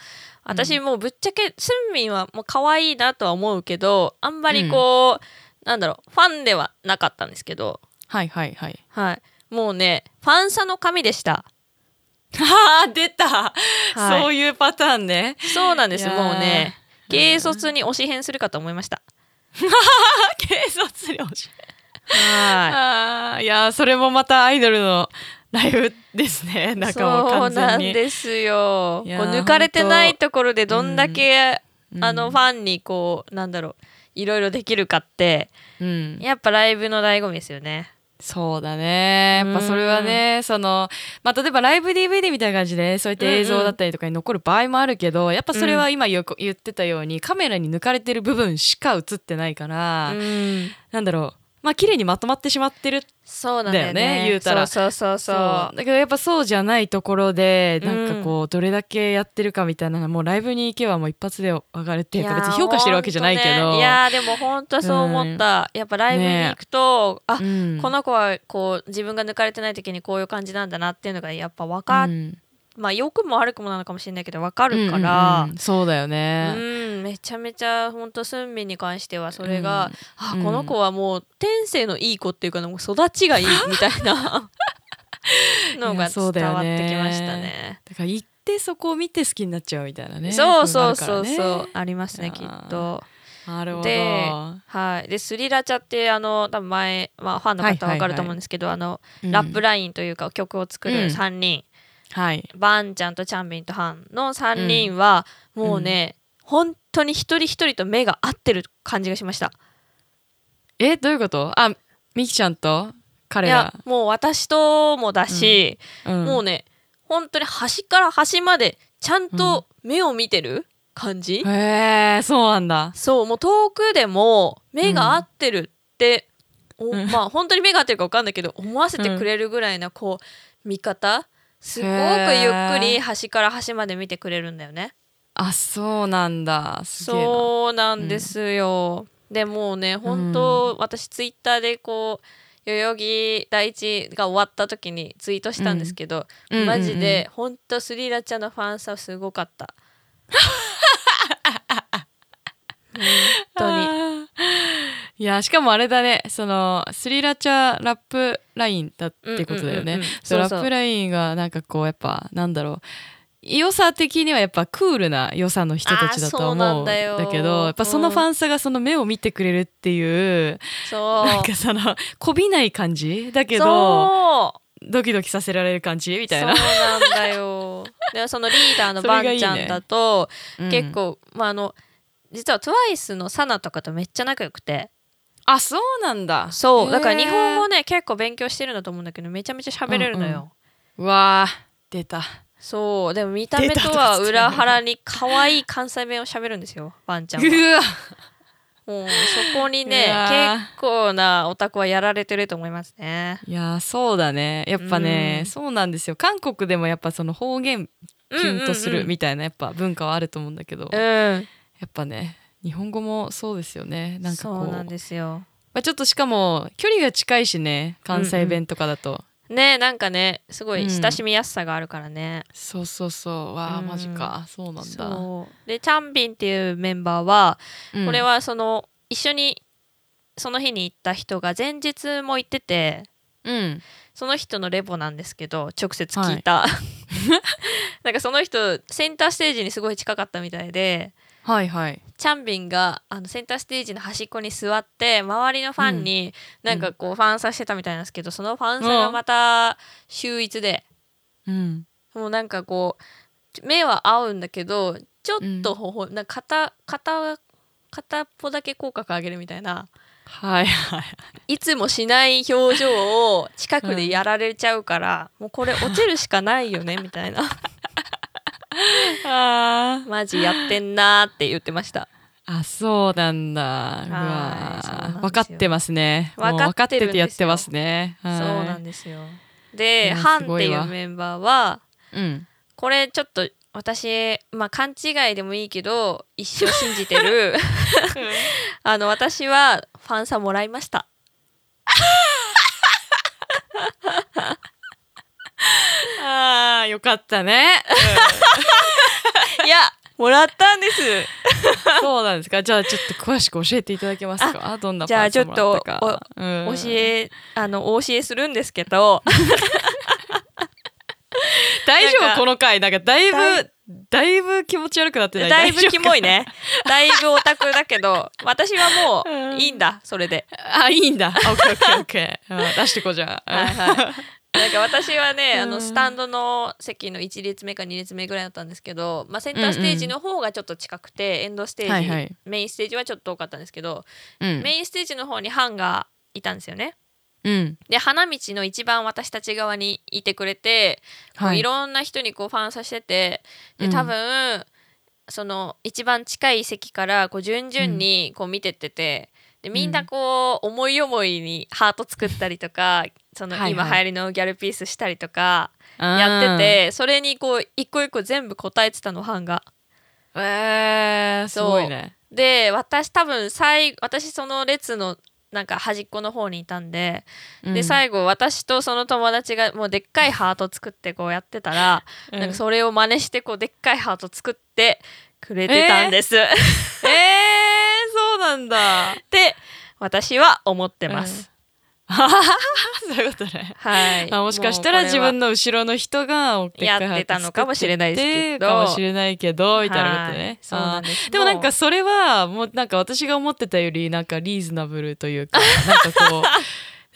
A: 私もうぶっちゃけ、スンミンはもう可愛いなとは思うけど、あんまりこう、なんだろう、ファンではなかったんですけど、
B: はいはい はい。
A: はい。もうね、ファンサの神でした。
B: あー出た、
A: はい
B: そういうパターンね。
A: そうなんです、
B: い
A: も
B: や
A: う
B: ー
A: ね、軽率に推し変するかと思いました。
B: 警察領事。
A: は
B: ああいやーそれもまたアイドルのライブです ね。
A: い。
B: なんかもう
A: そう
B: 完
A: な
B: 全
A: ん
B: に。
A: ですよ。こ
B: いうやー
A: 抜かれてないところでどんだけ
B: うん
A: あのファンにこうなんだろういろいろできるかって
B: うん、
A: やっぱライブの醍醐味ですよね。
B: そうだねやっぱそれはねその、まあ、例えばライブ DVD みたいな感じでそういった映像だったりとかに残る場合もあるけど、やっぱそれは今よく言ってたようにカメラに抜かれてる部分しか映ってないから、
A: うん
B: なんだろうまあ綺麗にまとまってしまってる
A: そうなんだよね
B: だよね言うたら
A: そうそうそうそう
B: だけどやっぱそうじゃないところで
A: うん
B: なんかこうどれだけやってるかみたいなのもうライブに行けばもう一発で分かるって
A: い
B: いう
A: や
B: か別に評価してるわけじゃないけど、
A: ほんとねいやーでも本当そう思った、やっぱライブに行くと、あ、
B: うん
A: この子はこう自分が抜かれてない時にこういう感じなんだなっていうのがやっぱわか、
B: うん
A: まあ良くも悪くもなのかもしれないけどわかるから、
B: うんうんうんそうだよね、
A: うん、めちゃめちゃ本当スンミンに関してはそれが、あ
B: うん
A: この子はもう天性のいい子っていうかもう育ちがいいみたい なの
B: い
A: が
B: やそうだ
A: 伝わ
B: よ
A: っ
B: ね
A: てきましたね。
B: だから行ってそこを見て好きになっちゃうみたいなね
A: そうそうそう
B: いのが
A: そう、
B: あるか
A: ありますねきっと。
B: らねなるほど
A: ではい、でスリラチャってあの多分前、まあ、ファンの方は分かると思うんですけど、あの
B: うん
A: ラップラインというか曲を作
B: う
A: る
B: ん
A: 3人、
B: はい
A: バンちゃんとチャンビンとハンの3人は、もうね、本当に一人一人と目が合ってる感じがしました。
B: えどういうことあみきちゃんと
A: い
B: 彼
A: や
B: ら
A: もう私ともだし、
B: うん
A: もうね本当に端から端までちゃんと目を見てる感じ、
B: へえそうなんだ
A: そうもう遠くでも目が合ってるって、お
B: うん
A: まあ本当に目が合ってるか分かんないけど思わせてくれるぐらいなこう見方すごく
B: へ
A: ゆっ
B: ー
A: くり端から端まで見てくれるんだよね。
B: あそうなんだすげえな
A: そうなんですよ。でもうね本当、私ツイッターでこう代々木第一が終わった時にツイートしたんですけど、
B: うん
A: マジで本当スリラちゃんのファンさすごかった。本当に。
B: に。いやしかもあれだねそのスリラチャラップラインだってことだよ
A: うんうんうんう
B: ね
A: ん。
B: そう
A: そう
B: ラ
A: そう
B: ップラインがなんかこうやっぱなんだろう良さ的にはやっぱクールな良さの人たちだと
A: あーそうな
B: 思
A: ん
B: う
A: だよ
B: けどやっぱそのファンさがその目を見てくれるっていう、
A: そう。
B: なんかそのこびない感じだけど
A: そう
B: ドキドキさせられる感じみたい
A: そうな
B: な。
A: んだよ。でそのリーダーの
B: それ
A: バ
B: がいい
A: ン
B: ね
A: ちゃんだと
B: うん
A: 結構、まああの実は TWICE のサナとかとめっちゃ仲良くて
B: あそうなんだ。
A: そうだから日本語
B: ね。
A: ね結構勉強してるんだと思うんだけどめちゃめちゃ喋れるのよ。
B: うわー出た。
A: そうでも見た目とは裏腹に可愛い関西弁を喋るんですよワンちゃん は
B: うわ
A: もうそこにね
B: うわ
A: 結構なオタクはやられてると思いますね
B: いやーそうだねやっぱ
A: う
B: ね、
A: ん
B: そうなんですよ韓国でもやっぱその方言キュンとするみたいなやっぱ文化はあると思うんだけど、
A: うん
B: や
A: うんうん
B: っぱね日本語もそうですよねなんかこう
A: そうなんですよ
B: まあ、ちょっとしかも距離が近いしね関西弁とかだと、
A: ねなんかねすご
B: うん
A: い親しみやすさがあるからね、
B: そうそうそうわあ、
A: うん
B: マジかそうなんだ、
A: そうでチャンビンっていうメンバーは、
B: うん
A: これはその一緒にその日に行った人が前日も行ってて
B: うん
A: その人のレポなんですけど直接聞いた、 なんかその人センターステージにすごい近かったみたいで
B: はいはい
A: チャンビンがあのセンターステージの端っこに座って周りのファンになんかこうファンさしてたみたいなんですけどそのファンさがまた秀逸で、
B: うん
A: もうなんかこう目は合うんだけどちょっとほほ、なんか片片片っぽだけ口角上げるみたいな
B: はいはい
A: いつもしない表情を近くでやられちゃうから、もうこれ落ちるしかないよねみたい な
B: あ
A: マジやってんなーって言ってました
B: あそうなんだうわ
A: そうなんですよ
B: 分かってますねもう
A: 分かってるんですよ
B: 分かってやってますね
A: そう
B: はい
A: なんですよで
B: いや
A: ハン
B: す
A: っ
B: ご
A: て
B: い
A: い
B: わ
A: うメンバーは
B: うん
A: これちょっと私まあ勘違いでもいいけど一生信じて るあの私はファンさもらいました
B: ああよかったね
A: いやもらったんです
B: そうなんですかじゃあちょっと詳しく教えていただけますかどんな
A: じゃあ
B: パーツをもらたかうん
A: 教えあのお教えするんですけど
B: 大丈
A: なん
B: 夫
A: か
B: この回なんかだいぶ
A: だ
B: だいぶ気持ち悪くなってない
A: だいぶキモい
B: ね
A: ねだいぶオタクだけど私はも
B: う
A: うんいいんだそれで、
B: あ、いい んだ。オッケーオッケーオッケー。うん出してこうじゃあ。
A: はいはい、なんか私はねあ
B: う
A: の
B: ん
A: スタンドの席の1列目か2列目ぐらいだったんですけど、まあ、センターステージの方がちょっと近くて、エンドステージ、
B: はいはい
A: メインステージはちょっと多かったんですけど、
B: うん
A: メインステージの方にハンがいたんですよね
B: うん。
A: で花道の一番私たち側にいてくれて、こうい、ろんな人にこうファンさせてて
B: う
A: で
B: ん
A: 多分、その一番近い席からこう順々にこう見てってて、でみんなこう思い思いにハート作ったりとかその
B: はい
A: 今
B: はい
A: 流行りのギャルピースしたりとかや
B: や
A: って。て、それにこう一個一個全部答えてたのハンが。
B: えー、すごいね。
A: で私多分最私その列のなんか端っこの方にいたんで、で最後私とその友達がもうでっかいハート作ってこうやってたら、
B: うん
A: なんかそれを真似してこうでっかいハート作ってくれてたんです、
B: えー、そうな んだ。
A: で私は思ってます、
B: あはははそういうことね。
A: はい
B: あもしかしたら
A: もうこ
B: 自
A: れは
B: 分の後ろの人がお
A: やってたのかもしれないですけど
B: かもしれないけどみたいなこと
A: はい
B: ね。
A: そうなんです
B: あーでもなんかそれはもうなんか私が思ってたよりなんかリーズナブルとい うかなんかこう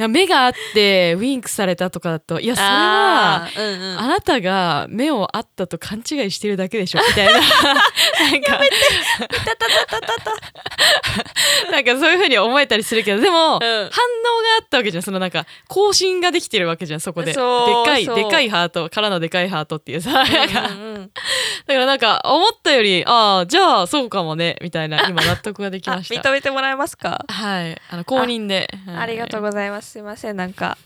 B: 目があってウィンクされたとかだといやそれは
A: あーうんうん
B: あなたが目を合ったと勘違いしてるだけでしょみたい ななんか
A: たたたたたた
B: なんかそういうふうに思えたりするけどでも、反応が
A: うん
B: あったわけじゃんそのなんか更新ができてるわけじゃんそこでで
A: そう
B: っかい
A: そう
B: でっかいハートからのでかいハートっていう さ、なん
A: う
B: か
A: んうんうん
B: だからなんか思ったよりああじゃあそうかもねみたいな今納得ができ
A: あ
B: ました
A: 認めてもらえますか
B: はいあの公認ではい
A: ありがとうございますすいませんなんか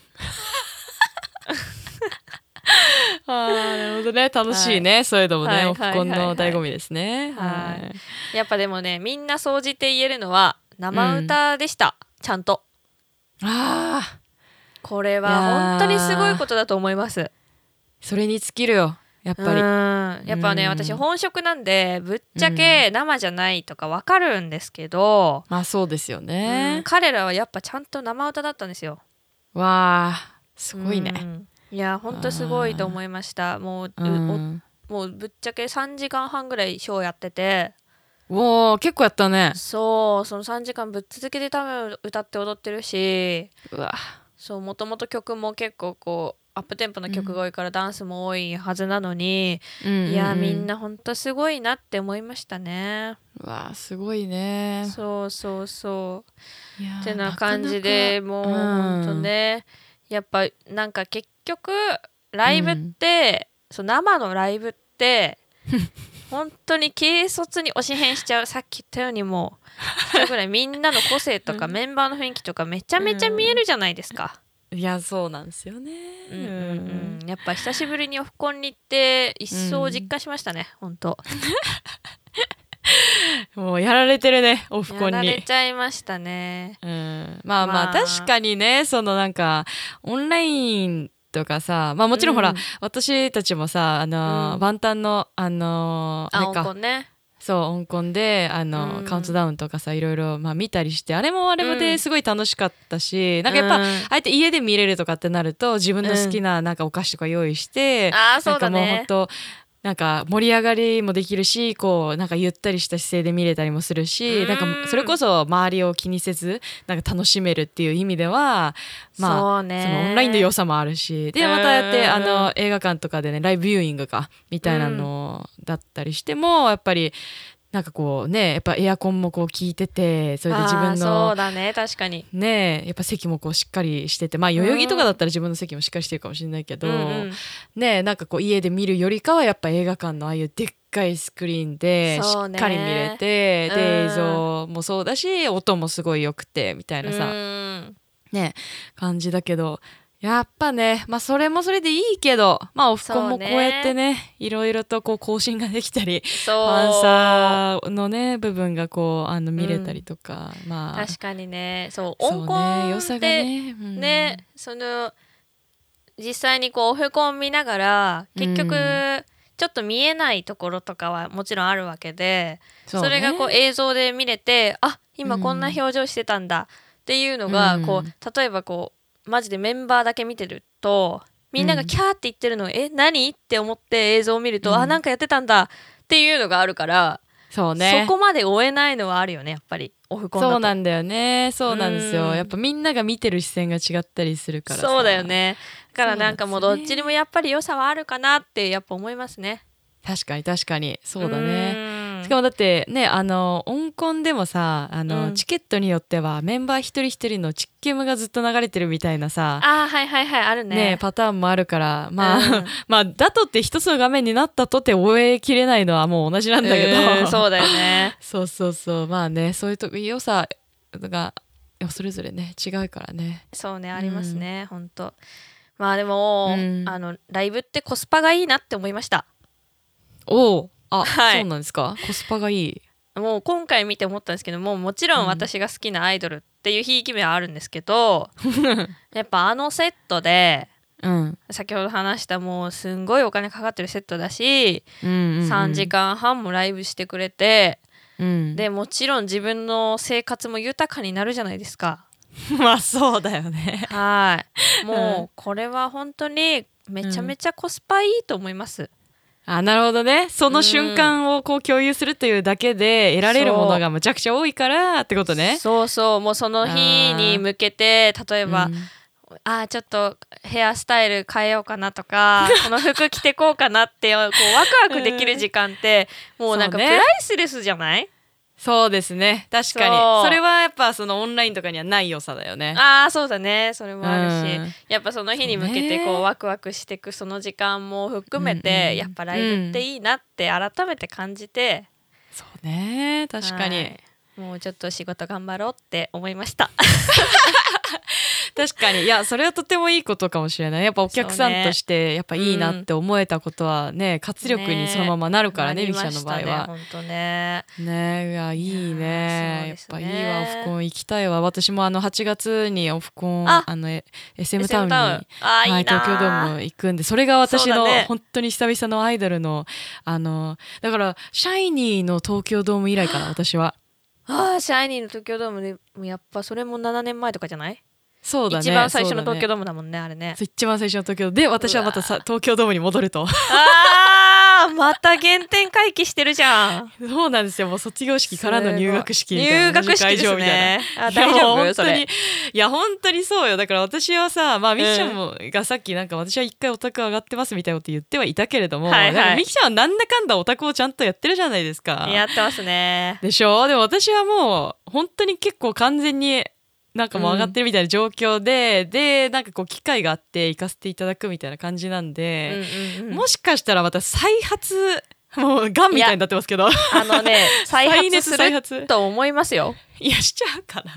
B: あーなるほどね楽しいね、そういうのもね、
A: はいはい
B: オフコンの醍醐味ですね
A: はいやっぱでもねみんな総じて言えるのは生歌でした、ちゃんと
B: ああ
A: これは本当にすごいことだと思いますや
B: それに尽きるよやっぱり、
A: うんやっぱね
B: うん
A: 私本職なんでぶっちゃけ生じゃないとかわかるんですけど、
B: まあそうですよ
A: うん
B: ね。
A: 彼らはやっぱちゃんと生歌だったんですよ
B: わあす
A: す
B: ごいね。
A: いや本当すごいと思いましたもう、う
B: う。
A: んおもうぶっちゃけ3時間半ぐらいショーやってて
B: おお結構やったね。
A: そうその3時間ぶっ続けて多分歌って踊ってるし
B: うわ
A: そうもともと曲も結構こうアップテンポの曲が多いからダンスも多いはずなのに、いやみん。なほんとすごいなって思いましたね、
B: うわあすごいね。
A: そうそうそう
B: いやー
A: ってな感じでもうほんとねやっぱなんか結局ライブって、そう生のライブって 本当に軽率に推し変しちゃうさっき言ったようにもう一人ぐらいみんなの個性とか、
B: うん
A: メンバーの雰囲気とかめちゃめちゃ見えるじゃないですか。
B: いやそうなんですよね。
A: うんうんうん、やっぱ久しぶりにオフコンに行って一層実感しましたね、本当
B: もうやられてるねオフコ
A: や
B: ン
A: られ
B: に。
A: ちゃいましたね。
B: うん、まあまあ
A: まあ
B: 確かにねそのなんかオンラインとかさまあもちろんほら、
A: うん
B: 私たちもさあのー、
A: うん
B: 万端のあのーあ
A: あ、
B: れ
A: オ
B: か
A: フコンね。
B: そう香港であの、
A: うん
B: カウントダウンとかさいろいろ、まあ、見たりしてあれもあれも
A: う
B: で
A: ん
B: すごい楽しかったし、なんかやっぱ、
A: うん
B: あえて家で見れるとかってなると自分の好きななんかお菓子とか用意して、
A: あー、そ
B: な
A: うんだ
B: かもうほ
A: ね
B: ん。となんか盛り上がりもできるしこうなんかゆったりした姿勢で見れたりもするし、
A: うん
B: なんかそれこそ周りを気にせずなんか楽しめるっていう意味ではま
A: そう
B: あそ
A: ね。
B: のオンラインの良さもあるしでまたやって、
A: うん
B: あの映画館とかでねライブビューイングかみたいなのだったりしても、やっぱりなんかこうねやっぱエアコンもこう効いててそれで自
A: あー
B: 分
A: そう
B: の
A: だね、確かに。
B: ねやっぱ席もこうしっかりしててまあ代々木とかだったら自分の席もしっかりしてるかもしれないけど、
A: うんうん
B: ねなんかこう家で見るよりかはやっぱ映画館のああいうでっかいスクリーンでしっ
A: そうね
B: かり見れて、で
A: うん
B: 映像もそうだし音もすごい良くてみたいなさ、
A: うん
B: ね感じだけどやっぱねまあそれもそれでいいけどまあオフコン
A: そ
B: も
A: う
B: こ
A: ね
B: うやってねいろいろとこう更新ができたり
A: そう
B: ファンサーのね部分がこうあの見れたりとか、まあ
A: 確かにねそう
B: そう
A: 音
B: ね
A: コン
B: 良さ
A: っ
B: が
A: てね,、
B: ね,うん、
A: その実際にこうオフコン見ながら結局、
B: うん
A: ちょっと見えないところとかはもちろんあるわけでそ,、
B: うね
A: れがこう映像で見れてあ今こんな表情してたんだっていうのが、
B: うん
A: こう例えばこうマジでメンバーだけ見てるとみんながキャーって言ってるのを、え何って思って映像を見ると、
B: うん
A: あなんかやってたんだっていうのがあるから
B: そうね
A: そこまで追えないのはあるよねやっぱりオフコンだと
B: そうなんだよねそうなんですよ、
A: うん
B: やっぱみんなが見てる視線が違ったりするからさ
A: そうだよねだからなんかもう
B: そうな
A: どっ
B: んですね
A: ちにもやっぱり良さはあるかなってやっぱ思いますね
B: 確かに確かにそうだね
A: ね
B: しかもだってねあのオンコンでもさあ
A: う
B: の、
A: ん
B: チケットによってはメンバー一人一人のチッケムがずっと流れてるみたいなさ
A: あーはいはいはいあるね
B: ねパターンもあるからまあ、
A: うん
B: まあだとって一つの画面になったとて覚えきれないのはもう同じなんだけど、
A: うんそうだよね
B: そうそうそうまあねそういうと良さがそれぞれね違うからね
A: そうねありますね、ほんとまあでも、
B: うん
A: あのライブってコスパがいいなって思いました
B: おおあ、
A: はい
B: そうなんですかコスパがいい
A: もう今回見て思ったんですけどもうもちろん私が好きなアイドルっていうひいき目はあるんですけ ど、やっぱあのセットで
B: うん、
A: 先ほど話したもうすんごいお金かかってるセットだし、
B: うんうんうん
A: 3時、間半もライブしてくれて
B: うん、
A: でもちろん自分の生活も豊かになるじゃないです か。
B: まあそうだよね
A: はい。
B: う
A: もうこれは本当にめちゃめちゃコスパいいと思います。
B: あなるほどねその瞬間をこう共有するというだけで得られるものがむちゃくちゃ多いからってことね。
A: そうそうもうその日に向けて例えば、
B: うん
A: あーちょっとヘアスタイル変えようかなと かこの服着てこうかなってこうワクワクできる時間ってもうなんか
B: そ
A: プ
B: うね
A: ライスレスじゃない
B: そうですね確かに
A: そ
B: そうれはやっぱそのオンラインとかにはない良さだよね。
A: あーそうだねそれもあるし、
B: うん
A: やっぱその日に向け
B: そう
A: て
B: ね
A: こうワクワクしてくその時間も含めて、
B: うんうん
A: やっぱライブっていいなって改めて感じて、
B: そうね確か
A: は
B: に
A: いもうちょっと仕事頑張ろうって思いました
B: 確かにいやそれはとてもいいことかもしれないやっぱお客さ
A: そうんね
B: としてやっぱいいなって思えたことはね活力にそのままなるからね
A: なり
B: みき
A: ま
B: ちゃんの
A: し
B: 場
A: た
B: 合
A: ね
B: は。
A: 本当ね
B: ねえいやいい
A: い
B: ね
A: や
B: や
A: ー
B: っ
A: そう
B: ぱ
A: で
B: い
A: すね
B: いわオフコン行きたいわ私もあの8月にオフコン
A: あ
B: あのえ SM タウ
A: SM
B: ンに
A: タウンあー
B: はい
A: いなー
B: 東京ドーム行くんでそれが私
A: そう
B: の、
A: だね
B: 本当に久々のアイドルのあのだからシャイニーの東京ドーム以来かな私は
A: あーシャイニーの東京ドームでもやっぱそれも7年前とかじゃない、
B: そうだね
A: 一番最初の
B: そうだ
A: 東
B: ね
A: 京ドームだもんねあれね
B: そう一番最初の東京で私はまたさ東京ドームに戻ると
A: あーまた原点回帰してるじゃん
B: そうなんですよもう卒業式からの入学式みたいな
A: 入学式で
B: 二次会
A: す
B: 場みたいな
A: ねあ
B: いや
A: 大丈夫
B: 本
A: そ
B: 当に
A: れ
B: いや本当にそうよだから私はさまあ
A: ん
B: みきちゃんも、がさっきなんか私は一回オタク上がってますみたいなこと言ってはいたけれども、
A: はいはい
B: だからみきちゃんはなんだかんだオタクをちゃんとやってるじゃないですか
A: やってますね
B: でしょでも私はもう本当に結構完全になんかもう上がってるみたいな状況で、でなんかこう機会があって行かせていただくみたいな感じなんで、
A: うんうんうん
B: もしかしたらまた再発もうがんみたいになってますけど
A: あのね、再
B: 再
A: 発
B: 熱
A: す
B: 再
A: る
B: 発
A: と思いますよ。
B: いやしちゃうかない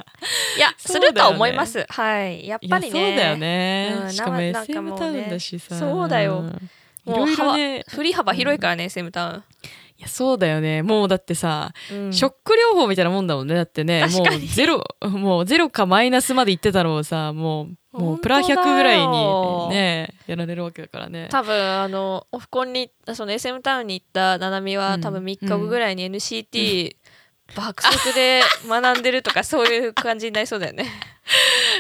A: や、
B: そ
A: す
B: うだよね
A: るとは思います。はい。やっぱりね。
B: いやそうだよね、
A: うん
B: しかも
A: ななん
B: SM
A: かもうね
B: タウンだしさ
A: そうだよ
B: い
A: もう
B: ろいろね
A: 振り幅広いからね、SM タウン。
B: いやそうだよねもうだってさ、
A: うん
B: ショック療法みたいなもんだもんねだってね
A: 確
B: も
A: かに
B: うゼロもうゼロかマイナスまでいってたのをさもうもう
A: 本
B: プ
A: 当だ
B: ラ
A: よ
B: 100ぐらいにねやられるわけだからね
A: 多分あのオフコンにその SM タウンに行ったナナミは、
B: うん
A: 多分3日後ぐらいに NCT、爆速で学んでるとかそういう感じになりそうだ よね。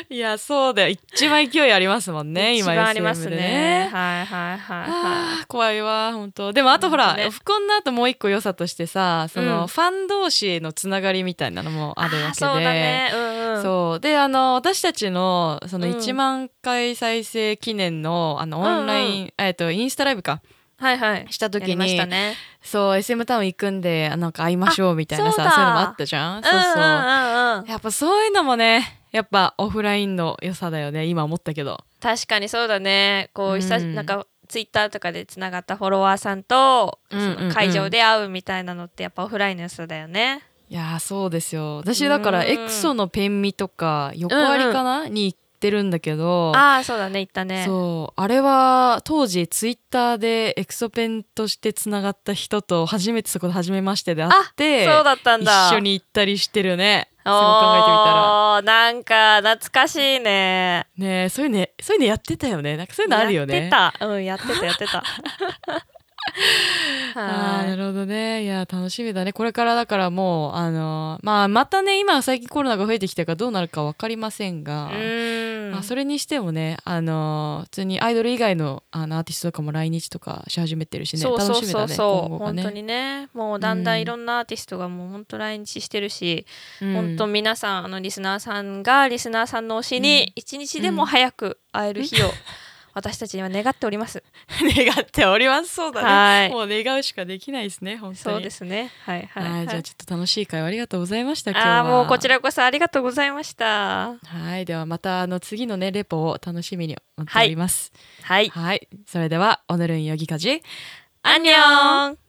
B: いやそうだよ一番勢いありますもんね
A: 一
B: 今
A: 番ありますね。
B: SM で
A: はいはいはいは
B: あー怖いわ本当でもあとほ
A: 本
B: ら、
A: 当ね
B: オフコンの後もう一個良さとしてさその、
A: うん
B: ファン同士へのつながりみたいなのも
A: い。
B: あるわけで
A: ーそうだね。うんうん。
B: そうであの私たちのその
A: うん
B: 1万回再生記念の,、あのオンライン、
A: うん
B: えっとインスタライブか
A: はいはい。
B: した
A: やり
B: 時
A: まし
B: に、
A: たね。
B: そう SM タウン行くんであなんか会いましょうみたいな
A: そう
B: さ
A: だ
B: そういうのもあったじゃん、そうそ
A: ん
B: う、
A: うんうんうん。
B: やっぱそういうのもねやっぱオフラインの良さだよね今思ったけど
A: 確かにそうだね。こ
B: う
A: うん久し、なんかツイッターとかでつながったフォロワーさんと、
B: うんうんうん
A: その会場で会うみたいなのってやっぱオフラインの良さだよね。
B: いやーそうですよ私だから
A: うん
B: エクソのペンミとか横割りかな、に行ってるんだけど
A: ああそうだね言ったね。
B: そうあれは当時ツイッターでエクソペンとしてつながった人と初めてそこで初めましてで会って
A: そうだったんだ。
B: 一緒に行ったりしてるねそう考えてみたら
A: おーなんか懐かしいね。
B: ねえそういうねそういうのやってたよねなんかそういうのあるよね
A: やってた。うん、やってた、やって た。
B: あーな
A: は
B: るほどねいや楽しみだねこれからだからもうあのーまあまたね今最近コロナが増えてきたからどうなるか分かりませんが
A: い。う、ーん。
B: まあ、それにしてもねあのー普通にアイドル以外のあのアーティストとかも来日とかし始めてるしね
A: そうそう
B: 楽しみ
A: そ
B: だ
A: う
B: ね
A: そう、
B: 今後が
A: 本
B: ね
A: 当にねもうだんだんいろんなアーティストがもう本当来日してるし、本 当皆さんあのリスナーさんがリスナーさんの推し
B: うん
A: に一日でも早く会える日を私たちには願っております。
B: 願っております そうだ
A: は
B: ね
A: い
B: もう願うしかできないですね本当に
A: そうですね。はいはい、
B: はい、じゃあちょっと楽しい会話ありがとうございました今日は
A: ああーもうこちらこそありがとうございました。
B: はいではまたあの次のねレポを楽しみに待っております
A: はい、
B: はい、それでは오늘은여기까지
A: アンニョン。